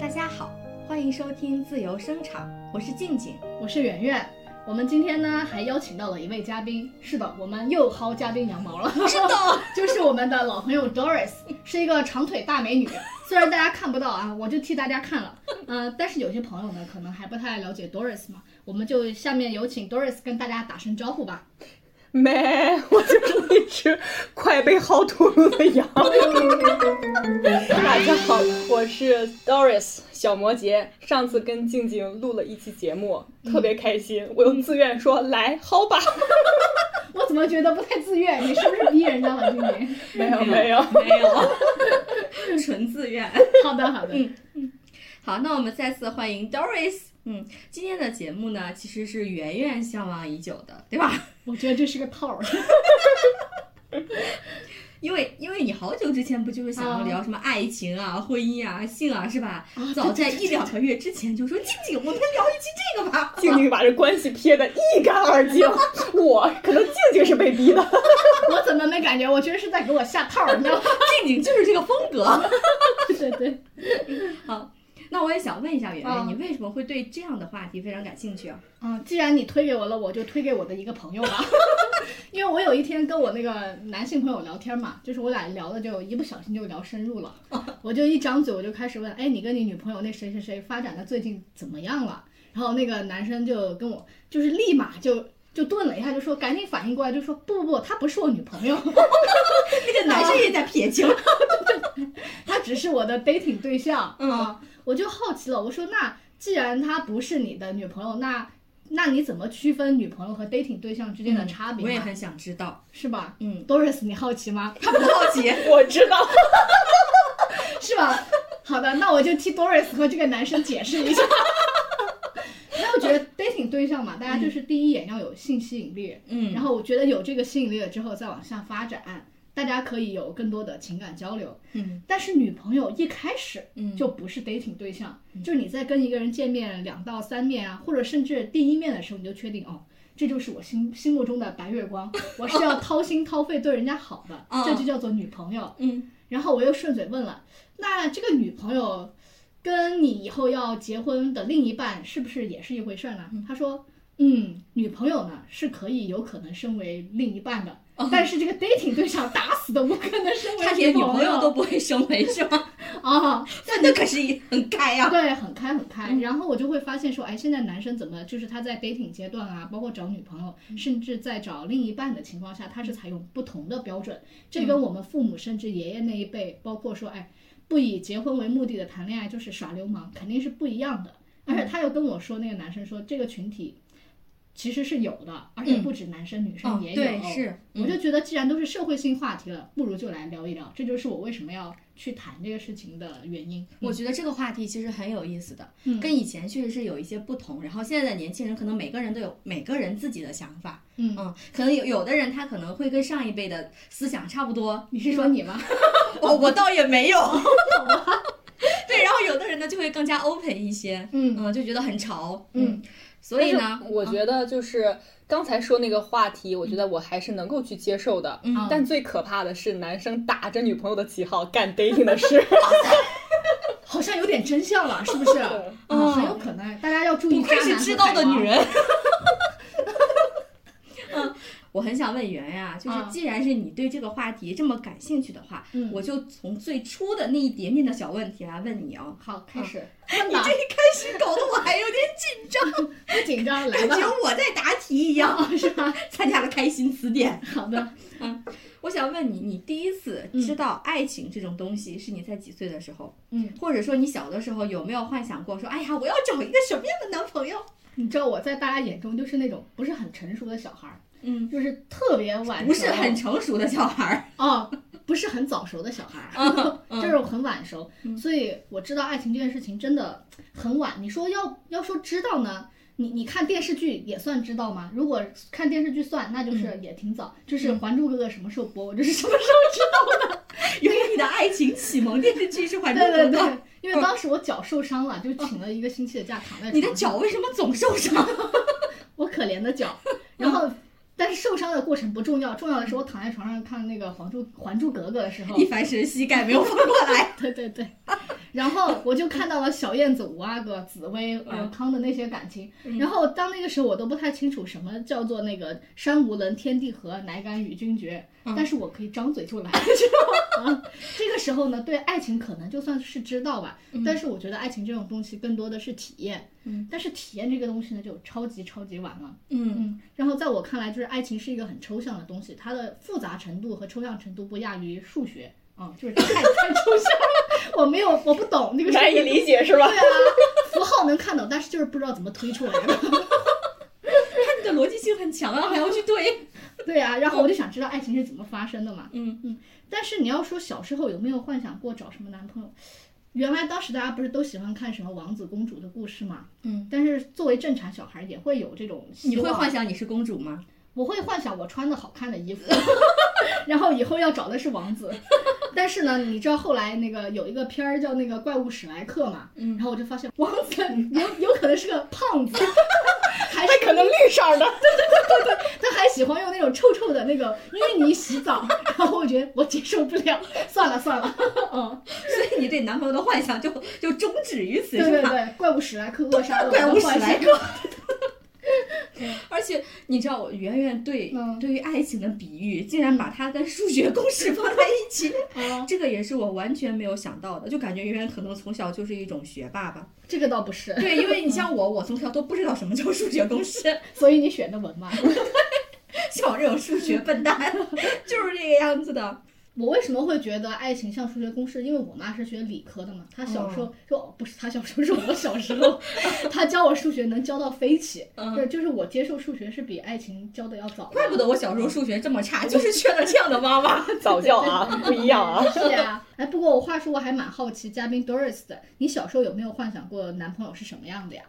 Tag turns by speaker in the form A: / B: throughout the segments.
A: 大家好，欢迎收听自由声场，我是静静。
B: 我是圆圆。我们今天呢还邀请到了一位嘉宾，是的，我们又薅嘉宾羊毛了，
A: 是的，
B: 就是我们的老朋友 Doris，是一个长腿大美女。虽然大家看不到啊，我就替大家看了， 嗯、但是有些朋友呢可能还不太了解 Doris 嘛，我们就下面有请 Doris 跟大家打声招呼吧。
C: 没，我就是一只快被薅秃噜的羊。 大家好，我是 Doris 小摩羯。上次跟静静录了一期节目，特别开心，我又自愿说来薅吧。
B: 我怎么觉得不太自愿？你是不是逼人家了，今年？
C: 没有没有，
A: 没有， 纯自愿。
B: 好的，好的，
A: 嗯好，那我们再次欢迎 Doris。嗯，今天的节目呢，其实是圆圆向往已久的，对吧？
B: 我觉得这是个套儿。
A: 因为因为你好久之前不就是想要
B: 啊
A: 聊什么爱情啊、婚姻啊、性啊，是吧？
B: 啊
A: 早在一两个月之前就说静静，我们聊一期这个 吧。
C: 静静把这关系撇得一干二净。我可能静静是被逼的。
B: 我怎么没感觉？我觉得是在给我下套儿，你知道吗？
A: 静静就是这个风 格。
B: 对对对。
A: 那我也想问一下圆圆，
B: 啊
A: 你为什么会对这样的话题非常感兴趣 啊？
B: 啊，既然你推给我了，我就推给我的一个朋友吧， 因为我有一天跟我那个男性朋友聊天嘛，就是我俩聊的就一不小心就聊深入了，我就一张嘴我就开始问，哎，你跟你女朋友那谁谁谁发展的最近怎么样了？然后那个男生就跟我就是立马就就顿了一下，就说赶紧反应过来，就说不不不，她不是我女朋友，
A: 那个男生也在撇清。
B: 她只是我的 dating 对象。
A: 嗯
B: 啊，我就好奇了，我说那既然她不是你的女朋友，那那你怎么区分女朋友和 dating 对象之间的差
A: 嗯
B: 别、
A: 我也很想知道。
B: 是吧
A: 嗯，
B: ？Doris，你好奇吗？
A: 他不好奇。
C: 我知道，
B: 是吧？好的，那我就替 Doris 和这个男生解释一下。 那我觉得 dating 对象嘛，大家就是第一眼要有性吸引力，
A: 嗯
B: 然后我觉得有这个吸引力了之后再往下发展，大家可以有更多的情感交流。
A: 嗯
B: 但是女朋友一开始
A: 嗯
B: 就不是 dating 对象，就是你在跟一个人见面两到三面啊，或者甚至第一面的时候，你就确定哦，这就是我心心目中的白月光，我是要掏心掏肺对人家好的，
A: 哦
B: 这就叫做女朋友。
A: 嗯
B: 然后我又顺嘴问了，那这个女朋友跟你以后要结婚的另一半是不是也是一回事儿呢？他说，嗯，女朋友呢是可以有可能升为另一半的，但是这个 dating 对象打死都不可能升为
A: 哦他连女
B: 朋
A: 朋友都不会升为是吗？
B: 啊。
A: 那那可是一很开啊呀、嗯
B: 对，很开很开。然后我就会发现说，哎，现在男生怎么就是他在 dating 阶段啊，包括找女朋友，
A: 嗯
B: 甚至在找另一半的情况下，他是采用不同的标准。
A: 嗯
B: 这跟我们父母甚至爷爷那一辈，包括说，哎，不以结婚为目的的谈恋爱就是耍流氓，肯定是不一样的。
A: 嗯
B: 而且他又跟我说，那个男生说这个群体。其实是有的，而且
A: 嗯
B: 不止男生，女
A: 哦
B: 生也有。
A: 对是嗯
B: 我就觉得既然都是社会性话题了，不如就来聊一聊。这就是我为什么要去谈这个事情的原因。
A: 我觉得这个话题其实很有意思的，
B: 嗯
A: 跟以前确实是有一些不同。然后现在的年轻人可能每个人都有每个人自己的想法，
B: 嗯
A: 嗯，可能有有的人他可能会跟上一辈的思想差不多，
B: 你是说你吗？
A: 我 我倒也没有， 对，然后有的人呢就会更加 open 一些，
B: 嗯
A: 嗯，就觉得很潮，
B: 嗯，
A: 所以呢，
C: 我觉得就是刚才说那个话题，我觉得我还是能够去接受的。
A: 嗯
C: 但最可怕的是男生打着女朋友的旗号干 dating 的事。
B: 好像有点真相 了，是不是？嗯，很有可能，大家要注意。
A: 不愧是知道的女。人。 嗯，我很想问圆呀、就是
B: 嗯
A: 既然是你对这个话题这么感兴趣的话，
B: 嗯
A: 我就从最初的那一点点的小问题来问你啊。
B: 好，开始。
A: 你
B: 问
A: 这
B: 吧，
A: 一开始搞得我还有点紧张，
B: 不紧张，来
A: 感
B: 吧嗯
A: 觉。我在答题一样，
B: 是吧？嗯
A: 参加了开心词典。
B: 好的，
A: 我想问你，你第一次知道爱情这种东西是你在几岁的时候？
B: 嗯，
A: 或者说你小的时候有没有幻想过说，哎呀，我要找一个什么样的男朋友？
B: 你知道我在大家眼中就是那种不是很成熟的小孩儿，
A: 嗯，
B: 就是特别晚熟，
A: 不是很成熟的小孩儿。
B: 哦，不是很早熟的小孩
A: 嗯
B: 儿，
A: 嗯
B: 就是我很晚熟，
A: 嗯
B: 所以我知道爱情这件事情真的很晚。你说要要说知道呢，你你看电视剧也算知道吗？如果看电视剧算，那
A: 嗯
B: 就是也挺早。就是《还珠格格》什么时候播，我就是什么时候知道。
A: 原来你的爱情启蒙电视剧是《 还珠格格》嗯
B: 对对对， 因为当时我脚受伤了，就请了一个星期的假，躺在
A: 你的
B: 床上
A: 脚为什么总受伤？
B: 我可怜 的脚，然
A: 嗯
B: 后。但是受伤的过程不重要，重要的是我躺在床上看那个《还珠还珠格格》的时候，
A: 一翻身，膝盖没有翻过来。
B: 对对对，然后我就看到了小燕子、五阿哥、紫薇、尔康的那些感情。然后当那个时候我都不太清楚什么叫做那个山无棱，天地合，乃敢与君绝。但是我可以张嘴就来， 知道吗？这个时候呢，对爱情可能就算是知道吧，但是我觉得爱情这种东西更多的是体验。
A: 嗯，
B: 但是体验这个东西呢，就超级超级晚了。
A: 嗯
B: 嗯，然后在我看来，就是爱情是一个很抽象的东西，它的复杂程度和抽象程度不亚于数学啊、就是太 太抽象了，我没有，我不懂这个
D: 难以
B: 解。
D: 理解是吧
B: 对？啊，符号能看懂，但是就是不知道怎么推出来的。
A: 他的逻辑性很强啊，还要去对。
B: 对啊，然后我就想知道爱情是怎么发生的嘛。
A: 嗯
B: 嗯，但是你要说小时候有没有幻想过找什么男朋友？原来当时大家不是都喜欢看什么王子公主的故事嘛？
A: 嗯，
B: 但是作为正常小孩也会有这种希
A: 你会
B: 望啊
A: 幻想你是公主吗？
B: 我会幻想我穿的好看的衣服， 然后以后要找的是王子。但是呢，你知道后来那个有一个片儿叫那个《怪物史莱克》嘛，
A: 嗯
B: 然后我就发现王子有 有可能是个 胖子，还是
D: 可能绿色儿的，
B: 他还喜欢用那种臭臭的那个淤泥洗澡， 然后我觉得我接受不了，算了算了，嗯，
A: 所以你对男朋友的幻想就就终止于此，
B: 对
A: 是
B: 对
A: 吧？
B: 对，怪物史莱克扼杀了我
A: 怪
B: 的
A: 物史
B: 幻
A: 莱
B: 想。
A: 克。 而且你知道，我圆圆对、
B: 嗯
A: 对于爱情的比喻，竟然把它跟数学公式放在一起，
B: 嗯，
A: 这个也是我完全没有想到的，就感觉圆圆可能从小就是一种学霸吧。
B: 这个倒 不是，
A: 对，因为你像我，我从小都不知道什么叫数学公式，
B: 所以你选的文嘛。
A: 像我这种数学笨蛋，就是这个样子的。
B: 我为什么会觉得爱情像数学公式？因为我妈是学理科的嘛，她小时候、就哦不是她小时候， 是我小时候，她教我数学能教到飞起，
A: 嗯
B: 对，就是我接受数学是比爱情教的要早的。
A: 怪不得我小时候数学这么差，就是缺了这样的妈妈。
D: 早教 啊，不一样啊。
B: 是呀，哎，不过我话说我还蛮好奇嘉宾 Doris 的，你小时候有没有幻想过男朋友是什么样的呀？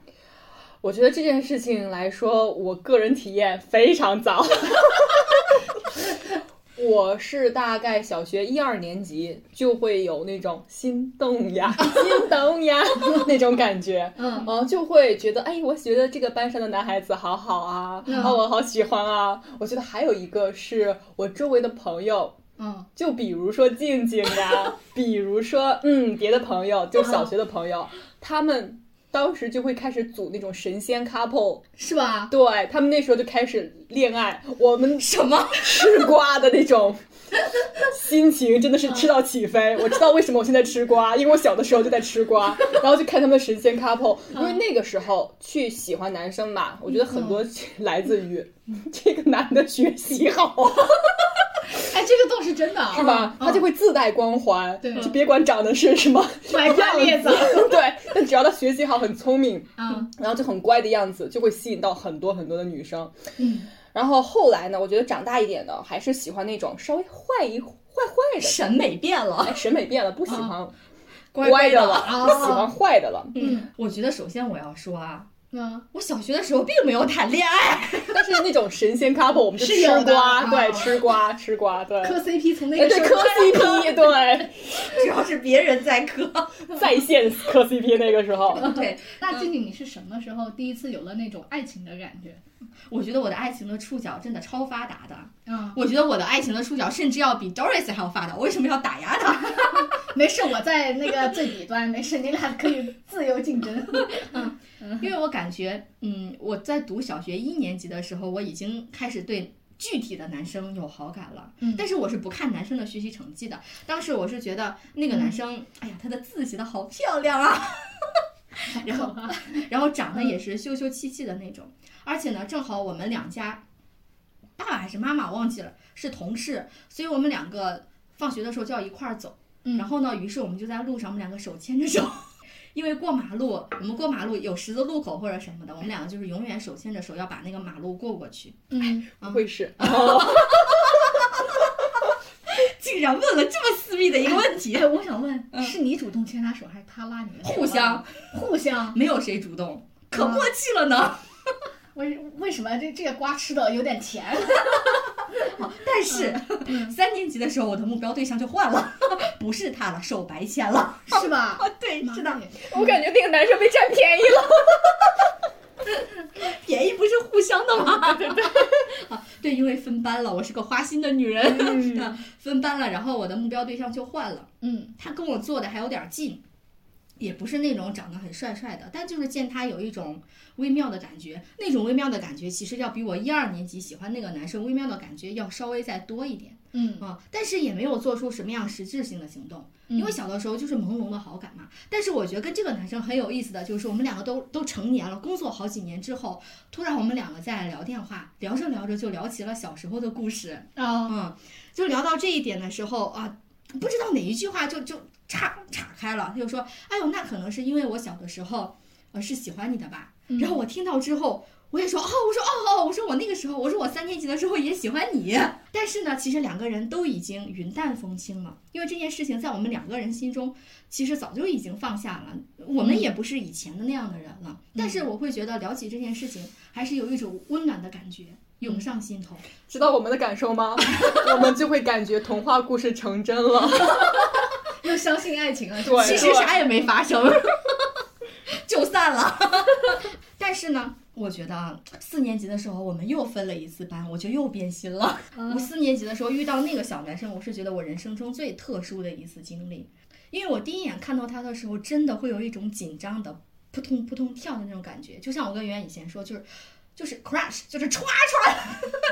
D: 我觉得这件事情来说，我个人体验非常早。 我是大概小学一二年级就会有那种心动呀、心动呀 那种感觉，
B: 嗯
D: 哦，就会觉得哎，我觉得这个班上的男孩子好好啊，
B: 嗯
D: 啊，我好喜欢啊。我觉得还有一个是我周围的朋友，
B: 嗯
D: 就比如说静静呀，比如说嗯别的朋友，就小学的朋友，他们当时就会开始组那种神仙 couple，
B: 是吧？
D: 对他们那时候就开始恋爱，我们
A: 什么？
D: 吃瓜的那种心情真的是吃到起飞。我知道为什么我现在吃瓜，因为我小的时候就在吃瓜，然后就看他们的神仙 couple，因为那个时候去喜欢男生嘛，我觉得很多来自于 这个男的学习好。
B: 哎，这个倒是真的啊，
D: 是吧？
B: 嗯
D: 他就会自带光环，
B: 对
D: 就别管长得是什么
B: 歪瓜裂 枣
D: 样子对，但只要他学习好、很聪明，
B: 嗯
D: 然后就很乖的样子，就会吸引到很多很多的女生。
B: 嗯，
D: 然后后来呢，我觉得长大一点呢，还是喜欢那种稍微坏一坏坏的，
A: 审美变了，
D: 哎，审美变了，不喜欢
A: 乖
D: 乖
A: 的
D: 的了，。
B: 啊
D: 不喜欢坏的了。
A: 嗯，我觉得首先我要说啊，
B: 嗯，
A: 我小学的时候并没有谈恋爱，
D: 但是那种神仙 couple，我们就是
B: 有
D: 吃
B: 的
D: 瓜，
B: 啊
D: 对，吃瓜，吃瓜，对。
B: 磕 CP 从那
D: 哎，
B: 个
D: 对，
B: 时
D: 磕
B: 候
D: CP，对，
A: 主要是别人在磕。
D: 在线磕 CP 那个时候，
A: 对，
B: 那静静，你是什么时候第一次有了那种爱情的感觉？
A: 我觉得我的爱情的触角真的超发达的，
B: 嗯，
A: 我觉得我的爱情的触角甚至要比 Doris 还要发达。我为什么要打压他？
B: 没事，我在那个最底端，没事，你俩可以自由竞争。
A: 因为我感觉，嗯，我在读小学一年级的时候，我已经开始对。具体的男生有好感了，
B: 嗯
A: 但是我是不看男生的学习成绩的。当时我是觉得那个男生，哎呀，他的字写的好漂亮啊， 然后然后长得也是秀秀气气的那种，而且呢，正好我们两家，爸爸还是妈妈忘记了是同事，所以我们两个放学的时候就要一块儿走。
B: 嗯
A: 然后呢，于是我们就在路上，我们两个手牵着手， 因为过马路，我们过马路有十字路口或者什么的，我们两个就是永远手牵着手要把那个马路过过去。
B: 嗯，
A: 嗯
D: 会是。
A: 竟然问了这么私密的一个问题，
B: 哎，我想问，
A: 嗯
B: 是你主动牵他手，还是他拉你的手啊？
A: 互相
B: 互相，
A: 没有谁主动，可默契了呢。
B: 为为什么这这个瓜吃的有点甜？
A: 但是、
B: 嗯
A: 三年级的时候，我的目标对象就换了， 不是他了，手白牵了。
B: 哦 是吧？
A: 啊对，
B: 妈
A: 是的。
B: 耶
D: 我感觉那个男生被占便宜了。
A: 便宜不是互相的吗？对对 啊，对，因为分班了，我是个花心的女人，
D: 嗯
A: 啊分班了，然后我的目标对象就换了，
B: 嗯
A: 他跟我坐的还有点近。也不是那种长得很帅帅的，但就是见他有一种微妙的感觉，那种微妙的感觉其实要比我一二年级喜欢那个男生微妙的感觉要稍微再多一点
B: 嗯
A: 啊，但是也没有做出什么样实质性的行动，
B: 嗯
A: 因为小的时候就是朦胧的好感嘛。但是我觉得跟这个男生很有意思的就是，我们两个都都成年了，工作好几年之后，突然我们两个在聊电话，聊着聊着就聊起了小时候的故事，
B: 啊，
A: 嗯，就聊到这一点的时候啊，不知道哪一句话就就岔岔开了，他就说：“哎呦，那可能是因为我小的时候，呃，是喜欢你的吧。”
B: 嗯
A: 然后我听到之后，我也说：“哦，我说哦哦，我说我那个时候，我说我三年级的时候也喜欢你。”但是呢，其实两个人都已经云淡风轻了，因为这件事情在我们两个人心中其实早就已经放下了，我们也不是以前的那样的人了。但是我会觉得聊起这件事情，还是有一种温暖的感觉涌上心头。
C: 知道我们的感受吗？我们就会感觉童话故事成真了。
B: 又相信爱情了，
C: 对
A: 其实啥也没发生，就散了。 但是呢，我觉得啊，四年级的时候我们又分了一次班，我就又变心了。
B: 嗯
A: 我四年级的时候遇到那个小男生，我是觉得我人生中最特殊的一次经历，因为我第一眼看到他的时候，真的会有一种紧张的扑通扑通跳的那种感觉，就像我跟圆圆以前说，就是就是 crash，就是歘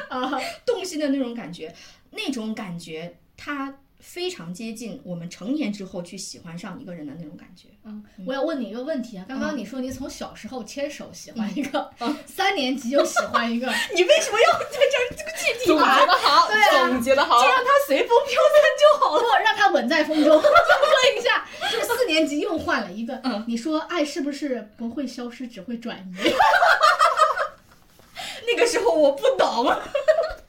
B: 啊，
A: 动心的那种感觉，那种感觉它非常接近我们成年之后去喜欢上一个人的那种感觉。
B: 嗯，我要问你一个问题啊，刚刚
A: 嗯
B: 你说你从小时候牵手喜欢一个，三年级又喜欢一个，
A: 你为什么要在这儿这个借题
C: 总
A: 啊？
C: 结的好，
B: 对啊
C: 总结的好
A: 就。让它随风飘散就好了。
B: 不让它吻在风 中。问一下，就是四年级又换了一个，
A: 嗯
B: 你说爱是不是不会消失，只会转移？
A: 那个时候我不懂，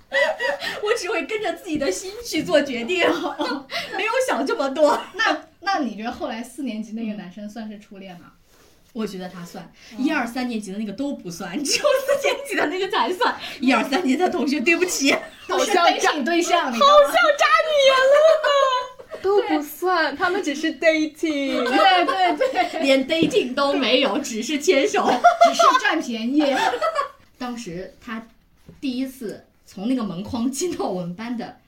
A: 我只会跟着自己的心去做决定， 没有想这么多。
B: 那那你觉得后来四年级那个男生算是初恋吗？
A: 我觉得他算一二三年级的那个都不算，只有四年级的那个才算。一二三年级的同学，对不起，
B: 都是
C: 像
B: 背
C: 渣
B: 景对象，你知道
C: 好
B: 吗
C: 像渣女人了，都不算，他们只是 dating。
B: 对对对，
A: 连 dating 都没有，只是牵手。
B: 只是占便 宜。
A: 当时他第一次从那个门框进到我们班的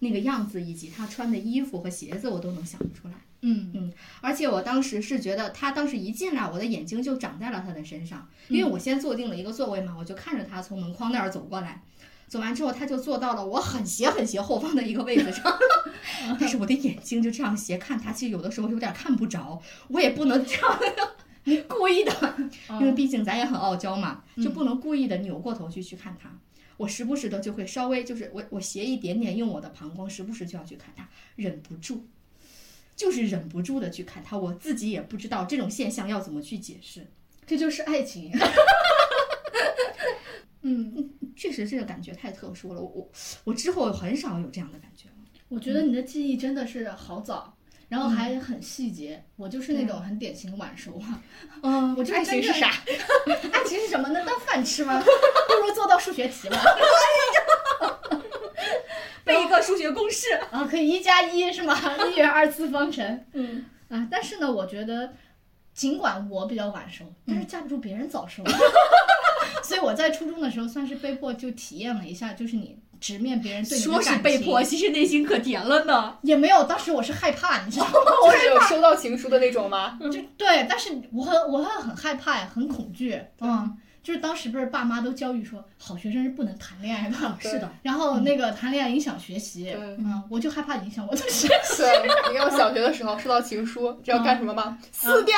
A: 那个样子，以及他穿的衣服和鞋子，我都能想得出来。
B: 嗯
A: 而且我当时是觉得他当时一进来，我的眼睛就长在了他的身上，因
B: 嗯
A: 为我先坐定了一个座位嘛，我就看着他从门框那儿走过来。走完之后，他就坐到了我很斜很斜后方的一个位置上， 但是我的眼睛就这样斜看他，其实有的时候有点看不着，我也不能 这样故意的，因为
B: 嗯
A: 毕竟咱也很傲娇嘛，
B: 嗯
A: 就不能故意的扭过头去去看他。我时不时的就会稍微就是我我斜一点点，用我的膀胱时不时就要去看他，忍不住，就是忍不住的去看他，我自己也不知道这种现象要怎么去解释。
B: 这就是爱 情。嗯，
A: 确实这个感觉太特殊了，我我我之后很少有这样的感觉了。
B: 我觉得你的记忆真的是好早，然后还很细节。我就是那种很典型晚熟啊。
A: 嗯
B: 嗯我就是
A: 爱情
B: 真
A: 是
B: 正
A: 啥？
B: 爱情是什么呢？当饭吃吗？不如做到数学题吧。
A: 背一个数学公式。
B: 啊，可以一加一是吗？ 一元二次方程。
A: 嗯
B: 啊，但是呢，我觉得尽管我比较晚熟，但是架不住别人早熟。啊所以我在初中的时候算是被迫就体验了一下，就是你直面别人对你的
A: 说是
B: 感
A: 被
B: 情
A: 迫，，其实内心可甜了 呢。
B: 也没有。当时我是害怕，你知道吗？
C: 就是有收到情书的那种 吗？
B: 就对，但是我很我会很害怕，很恐惧。嗯，就是当时不是爸妈都教育说，好学生是不能谈恋爱的。
A: 是的，
B: 然后那个谈恋爱影响学习，
C: 对
B: 嗯，我就害怕影响我的学习。
C: 对，你看我小学的时候收到情书，知道干什么吗？撕掉，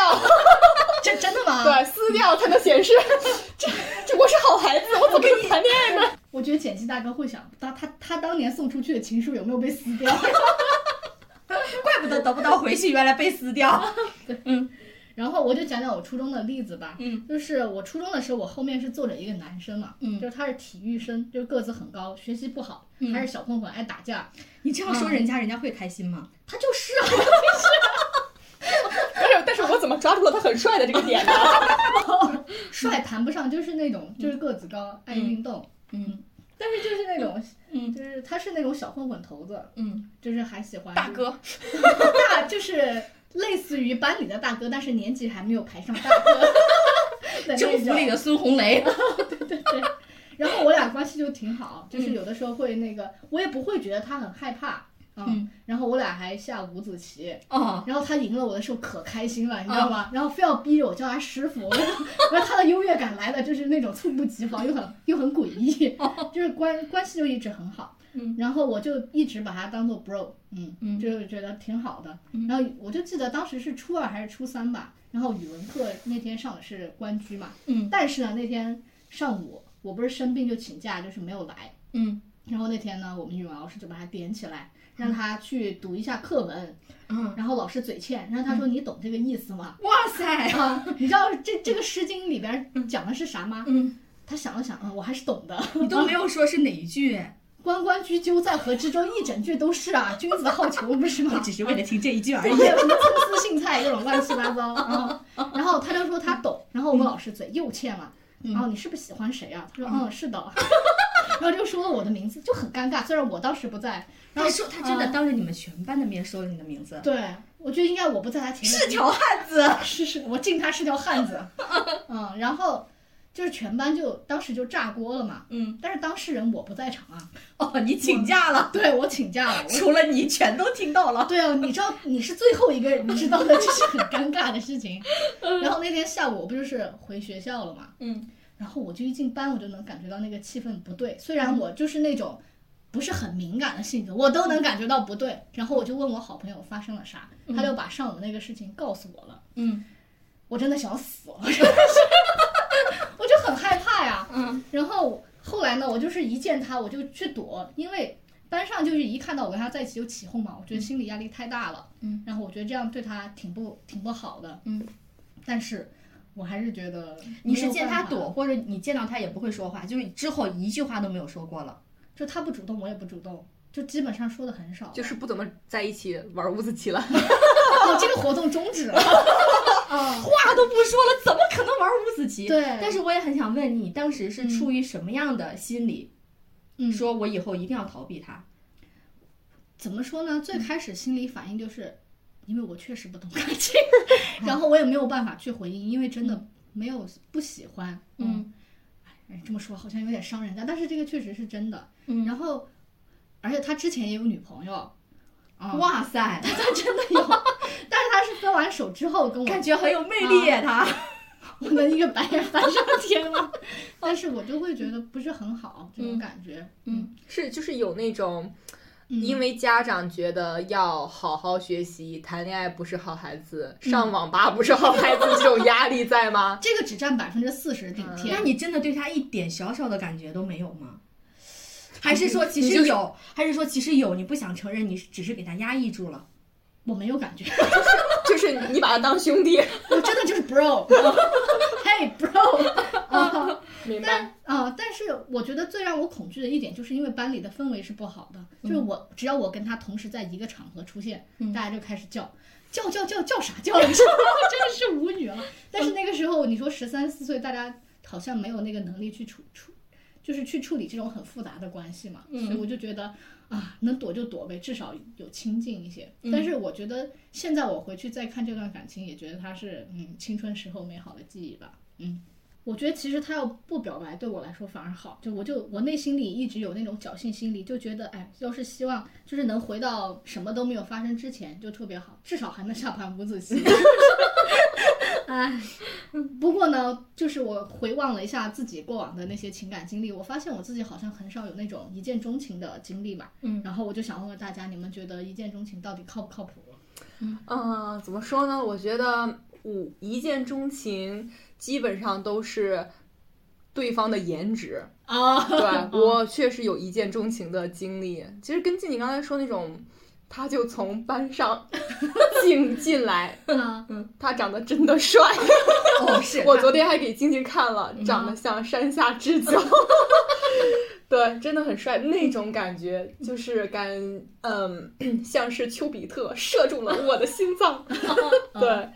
B: 这真的吗？
C: 对，撕掉才能显示 这这我是好孩子，我怎么跟你谈恋爱 呢？
B: 我觉得剪辑大哥会想，他他他当年送出去的情书有没有被撕掉？
A: 怪不得得不到回去，原来被撕掉。
B: 然后我就讲讲我初中的例子吧。
A: 嗯，
B: 就是我初中的时候，我后面是坐着一个男生嘛，
A: 嗯
B: 就是他是体育生，就是个子很高，学习不好，
A: 嗯
B: 还是小混混，爱打架。
A: 你这样说人家，人家会开心吗？
B: 他就是啊，
C: 但是但是我怎么抓住了他很帅的这个点呢？
B: 帅谈不上，就是那种就是个子高，爱运动，
A: 嗯
B: 但是就是那种，
A: 嗯
B: 就是他是那种小混混头子，
A: 嗯
B: 就是还喜欢
C: 大哥，
B: 大 就是类似于班里的大哥，但是年纪还没有排上大哥的那种。
A: 征服里的孙红雷。
B: 然后我俩关系就挺好，就是有的时候会那个，我也不会觉得他很害怕。嗯，然后我俩还下五子棋，
A: 哦，
B: 然后他赢了我的时候可开心了，你知
A: 嗯
B: 道吗？然后非要逼着我叫他师傅， 然后他的优越感来的就是那种猝不及防，又很又很诡异， 就是关关系就一直很好。
A: 哦嗯，
B: 然后我就一直把他当做 bro，嗯
A: 嗯
B: 就是觉得挺好的。
A: 嗯
B: 然后我就记得当时是初二还是初三吧，然后语文课那天上的是关雎嘛，
A: 嗯
B: 但是呢那天上午我不是生病就请假，就是没有来。
A: 嗯
B: 然后那天呢，我们语文老师就把他点起来，让他去读一下课文。
A: 嗯，
B: 然后老师嘴欠，然后他说：“你懂这个意 思吗
A: 哇？”塞，
B: 啊，你知道这这个《诗经》里边讲的是啥吗？
A: 嗯，
B: 他想了想，嗯，我还是懂的。
A: 你都没有说是哪一句，
B: 关关雎鸠，在河之洲，一整句都是啊， 君子好逑，不 是
A: 我
B: 吗？
A: 只是为了听这一句而
B: 对，
A: 已。
B: 什么葱丝荇菜各种乱七八糟啊。然后他就说他懂，然后我们老师嘴又欠了，然后你是不是喜欢谁啊？他说嗯是的， 然后就说了我的名字，就很尴尬。虽然我当时不在，然
A: 他
B: 后
A: 说他真的当着你们全班的面说了你的名字，
B: 对，我觉得应该我不在他前面。
A: 是条汉子。
B: 是是，我敬他是条 汉子。嗯，然后就是全班就当时就炸锅了嘛。
A: 嗯，
B: 但是当事人我不在场啊，
A: 哦，你请假了，
B: 对我请假了。我
A: 除了你全都听到了。
B: 对啊，你知道你是最后一个人知道的，这是很尴尬的 事情。然后那天下午我不就是回学校了嘛，
A: 嗯
B: 然后我就一进班，我就能感觉到那个气氛不对。虽然
A: 嗯
B: 我就是那种不是很敏感的性格，我都能感觉到不对。然后我就问我好朋友发生了啥，他就把上午那个事情告诉我了。
A: 嗯
B: 我真的想死了，我就很害怕呀。
A: 嗯
B: 然后后来呢，我就是一见他我就去躲，因为班上就是一看到我跟他在一起就起哄嘛，我觉得心理压力太大了。
A: 嗯，
B: 然后我觉得这样对他挺不挺不好的。
A: 嗯，
B: 但是我还是觉得
A: 你
B: 没
A: 是
B: 有
A: 见他
B: 办法，
A: 躲，或者你见到他也不会说话，就是之后一句话都没有说过了。
B: 就他不主动，我也不主动，就基本上说的很少。
D: 就是不怎么在一起玩五子 棋了。
B: 哦，这个活动终止 了。啊，
A: 嗯话都不说了，怎么可能玩五子棋？嗯
B: 对，
A: 但是我也很想问你，当时是出于什么样的心理？
B: 嗯
A: 说我以后一定要逃避他。
B: 怎么说呢？
A: 嗯
B: 最开始心理反应就是，因为我确实不懂感 情，然后我也没有办法去回应，因为真的没有不喜欢。
A: 嗯
B: 嗯，哎，这么说好像有点伤人家，但是这个确实是真的。
A: 嗯
B: 然后，而且他之前也有女朋友，啊，
A: 哇 塞，
B: 他真的有，但是他是分完手之后跟我
A: 感觉很有魅力耶，他。
B: 我能一个白眼翻上天吗？ 但是我就会觉得不是很好，这种感觉。嗯，
D: 是，就是有那种，
B: 嗯
D: 因为家长觉得要好好学习，谈恋爱不是好孩子，上网吧不是好孩子，这种压力在 吗？
B: 这个只占百分之四十顶天。
A: 那你真的对他一点小小的感觉都没有 吗？还是说其
D: 你就
A: 实
D: 是
A: 有？还是说其实有？你不想承认，你只是给他压抑住了？
B: 我没有感觉。
D: 就是你把他当兄弟，
B: 我真的就是 bro，嘿 bro，啊
D: 明白？
B: 但啊，但是我觉得最让我恐惧的一点，就是因为班里的氛围是不好的，
D: 嗯
B: 就是我只要我跟他同时在一个场合出现，大家就开始叫叫叫叫叫啥叫，你知道吗？ 真的是无语了。但是那个时候，你说十三四岁，大家好像没有那个能力去处处，就是去处理这种很复杂的关系嘛，所以
D: 嗯
B: 我就觉得。啊，能躲就躲呗，至少有亲近一些。
D: 嗯
B: 但是我觉得现在我回去再看这段感情，也觉得它是嗯青春时候美好的记忆吧。嗯，我觉得其实他要不表白对我来说反而好，就我就我内心里一直有那种侥幸心理，就觉得哎，要是希望就是能回到什么都没有发生之前就特别好，至少还能下盘五子棋。 哎，不过呢，就是我回望了一下自己过往的那些情感经历，我发现我自己好像很少有那种一见钟情的经历吧。
A: 嗯，
B: 然后我就想问问大家，你们觉得一见钟情到底靠不靠谱？
D: 嗯、怎么说呢？我觉得五一见钟情基本上都是对方的颜 值。
A: 哦
B: 啊，
D: 对我确实有一见钟情的经历。其实根据你刚才说那种，他就从班上 进进来，他长得真的帅。
A: 哦，是
D: 我昨天还给晶晶看了，长得像山下智 久。对，真的很帅，那种感觉就是感，嗯， 像是丘比特射中了我的心 脏。对，嗯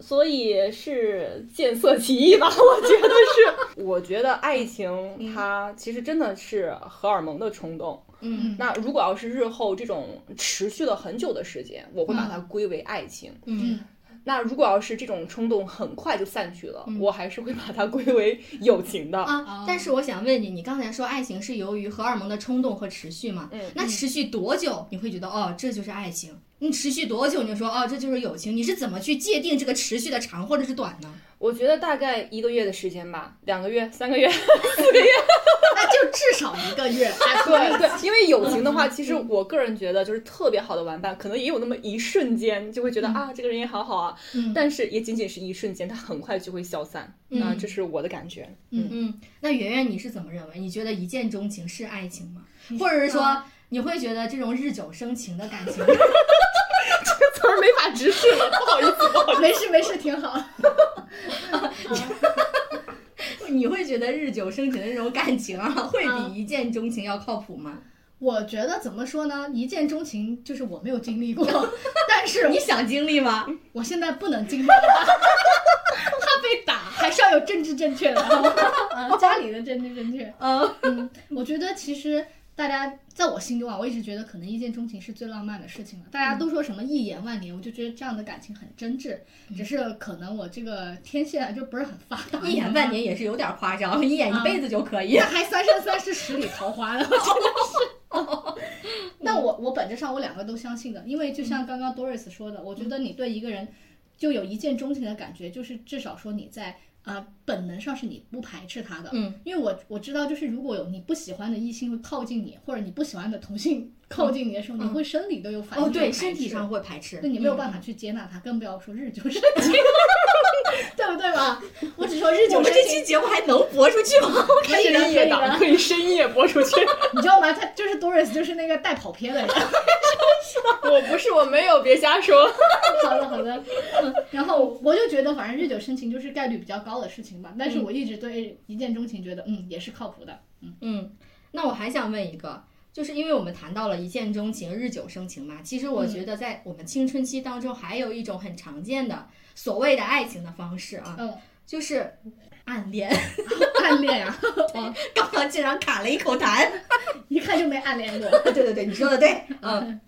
D: 所以是见色起意吧， 我觉得是。 嗯我觉得爱情它其实真的是荷尔蒙的冲动。
A: 嗯
D: 那如果嗯要是日后这种持续了很久的时间，我会把它归为爱情。
A: 嗯
D: 那如果要是这种冲动很快就散去了，
A: 嗯
D: 我还是会把它归为友情的。
A: 啊，但是我想问你，你刚才说爱情是由于荷尔蒙的冲动和持续嘛？
D: 嗯
A: 那持续多久你会觉得哦，这就是爱情？你持续多久你就说哦，这就是友情？你是怎么去界定这个持续的长或者是短呢？
D: 我觉得大概一个月的时间吧，两个月、三个月。
B: 那就至少一个月， 哎
D: 对对，因为友情的话，其实我个人觉得就是特别好的玩伴，可能也有那么一瞬间就会觉得啊，这个人也好好啊，
A: 嗯
D: 但是也仅仅是一瞬间，他很快就会消散。
A: 嗯
D: 啊这是我的感觉。
A: 嗯，那圆圆你是怎么认为？你觉得一见钟情是爱情吗？或者是说
B: 啊
A: 你会觉得这种日久生情的感情？
D: 词儿没法直视了，不好意思。
B: 没事没事，挺好。
A: 你会觉得日久生情的这种感情啊，会比一见钟情要靠谱吗？
B: 我觉得怎么说呢？一见钟情就是我没有经历过，但是
A: 你想经历吗？
B: 我现在不能经历了，怕被打，还是要有政治正确的， 啊家里的政治正确。
A: 呃，
B: 嗯，我觉得其实大家在我心中啊，我一直觉得可能一见钟情是最浪漫的事情了。大家都说什么一眼万年，我就觉得这样的感情很真挚，只是可能我这个天线啊就不是很发达，
A: 一 眼万。年也是有点夸张，一眼一辈子就可以
B: 那。 还三生三世十里桃花了，真的是。那我我本质上我两个都相信的，因为就像刚刚 Doris 说的，我觉得你对一个人就有一见钟情的感觉，就是至少说你在呃本能上是你不排斥他的，
A: 嗯，
B: 因为我我知道就是如果有你不喜欢的异性会靠近你，或者你不喜欢的同性靠近你的时候，
A: 嗯
B: 你会生理都有反应，
A: 哦，对，
B: 会排斥
A: 身体上会排斥，嗯
B: 那你没有办法去接纳他，更不要说日久生情， 对不对吧？我只说日
A: 我
B: 久
A: 们
B: 生
A: 这
B: 情
A: 期节目还能播出去吗？
B: 可以的，
D: 深
B: 可
D: 夜
B: 以的
D: 档。可以深夜播出去。
B: 你知道吗？他就是 Doris，就是那个带跑偏的人。
D: 我不是，我没有，别瞎说。
B: 好的，好的。嗯，然后我就觉得，反正日久生情就是概率比较高的事情吧。但是
D: 嗯
B: 我一直对一见钟情觉得，嗯，也是靠谱的。
A: 嗯，那我还想问一个，就是因为我们谈到了一见钟情、日久生情嘛，其实我觉得在我们青春期当中，还有一种很常见的所谓的爱情的方式啊，
B: 嗯，
A: 就是暗恋。
B: 暗恋呀、
A: 刚刚竟然卡了一口痰。
B: 一看就没暗恋过。
A: 对对对，你说的对，嗯，